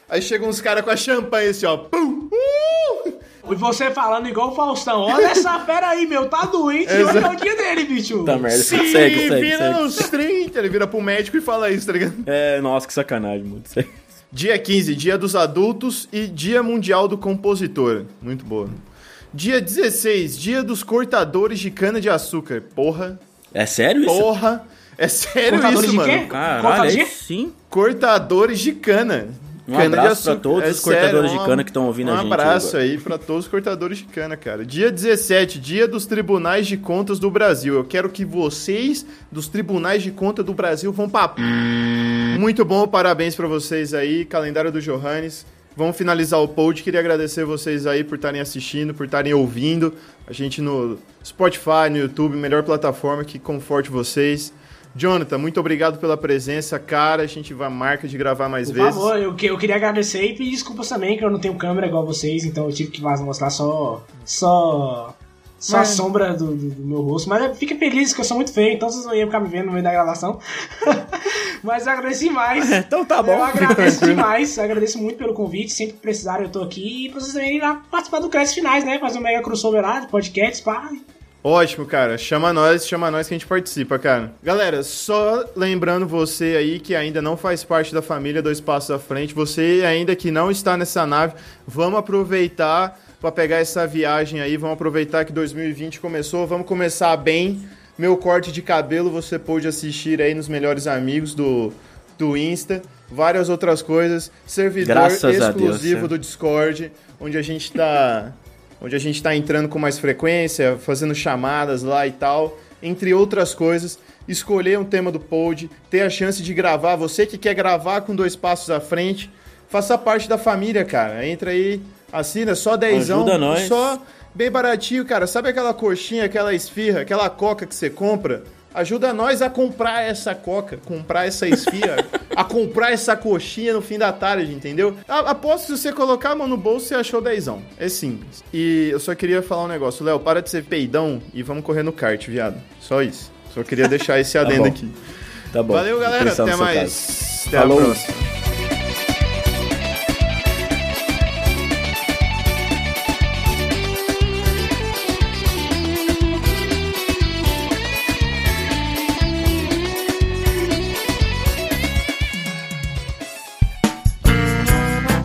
S1: aí chegam uns caras com a champanhe assim, ó. Pum! Uh!
S3: E você falando igual o Faustão. Olha essa fera aí, meu. Tá doente e hoje é o dia dele, bicho.
S2: Tá merda,
S1: Se
S2: segue, segue,
S1: vira
S2: segue.
S1: nos 30, ele vira pro médico e fala isso, tá ligado?
S2: É, nossa, que sacanagem, mano. Sério.
S1: Dia 15, dia dos adultos e dia mundial do compositor. Muito boa. Dia 16, dia dos cortadores de cana-de-açúcar. Porra,
S2: É sério isso?
S1: porra. É sério
S3: Cortadores
S1: isso,
S3: de
S1: mano?
S3: quê?
S2: Caralho,
S3: Cortadinha?
S2: aí sim.
S1: Cortadores de cana.
S2: Um abraço pra
S1: açúcar.
S2: todos os cortadores de
S1: um-
S2: cana que estão ouvindo
S1: um
S2: a gente
S1: abraço
S2: agora.
S1: aí pra todos os cortadores de cana, cara. Dia 17, dia dos tribunais de contas do Brasil. Eu quero que vocês dos tribunais de contas do Brasil vão pra... p****. Muito bom, parabéns pra vocês aí, calendário do Johannes. Vamos finalizar o pod. Queria agradecer vocês aí por estarem assistindo, por estarem ouvindo. A gente no Spotify, no YouTube, melhor plataforma que conforte vocês. Jonathan, muito obrigado pela presença, cara. A gente vai marca de gravar mais
S3: Por
S1: vezes.
S3: favor, eu, que- eu queria agradecer e pedir desculpas também, que eu não tenho câmera igual vocês, então eu tive que vaz- mostrar só. só. só a sombra do, do- do meu rosto. Mas fica feliz que eu sou muito feio, então vocês não iam ficar me vendo no meio da gravação. Mas eu agradeci mais.
S2: Então tá bom,
S3: Eu
S2: fica
S3: agradeço
S2: tranquilo.
S3: demais, eu agradeço muito pelo convite. Sempre que precisarem, eu tô aqui. E pra vocês também ir lá participar do Crash Finais, né? Fazer um mega crossover lá, de podcast, pá.
S1: Ótimo, cara. Chama nós, chama nós que a gente participa, cara. Galera, só lembrando você aí que ainda não faz parte da família Dois Passos à Frente, você ainda que não está nessa nave, vamos aproveitar para pegar essa viagem aí, vamos aproveitar que 2020 começou, vamos começar bem. Meu corte de cabelo você pôde assistir aí nos melhores amigos do, do Insta, várias outras coisas, servidor
S2: Graças a Deus,
S1: exclusivo
S2: né?
S1: do Discord, onde a gente tá onde a gente está entrando com mais frequência, fazendo chamadas lá e tal, entre outras coisas. Escolher um tema do pod, ter a chance de gravar. Você que quer gravar com dois passos à frente, faça parte da família, cara. Entra aí, assina, só dezão,
S2: Ajuda nós.
S1: só bem baratinho, cara. Sabe aquela coxinha, aquela esfirra, aquela coca que você compra? Ajuda nós a comprar essa coca, comprar essa esfirra, a comprar essa coxinha no fim da tarde, entendeu? A- Aposto que se você colocar a mão no bolso, você achou dezão. É simples. E eu só queria falar um negócio. Léo, para de ser peidão e vamos correr no kart, viado. Só isso. Só queria deixar esse adendo
S2: bom.
S1: aqui.
S2: Tá bom.
S1: Valeu,
S2: vou
S1: galera.
S2: pensar no
S1: Até
S2: seu
S1: mais. Até
S2: Falou.
S1: a próxima.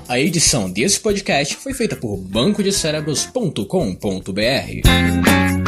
S9: A edição desse podcast foi feita por bancodecerebros.com.br.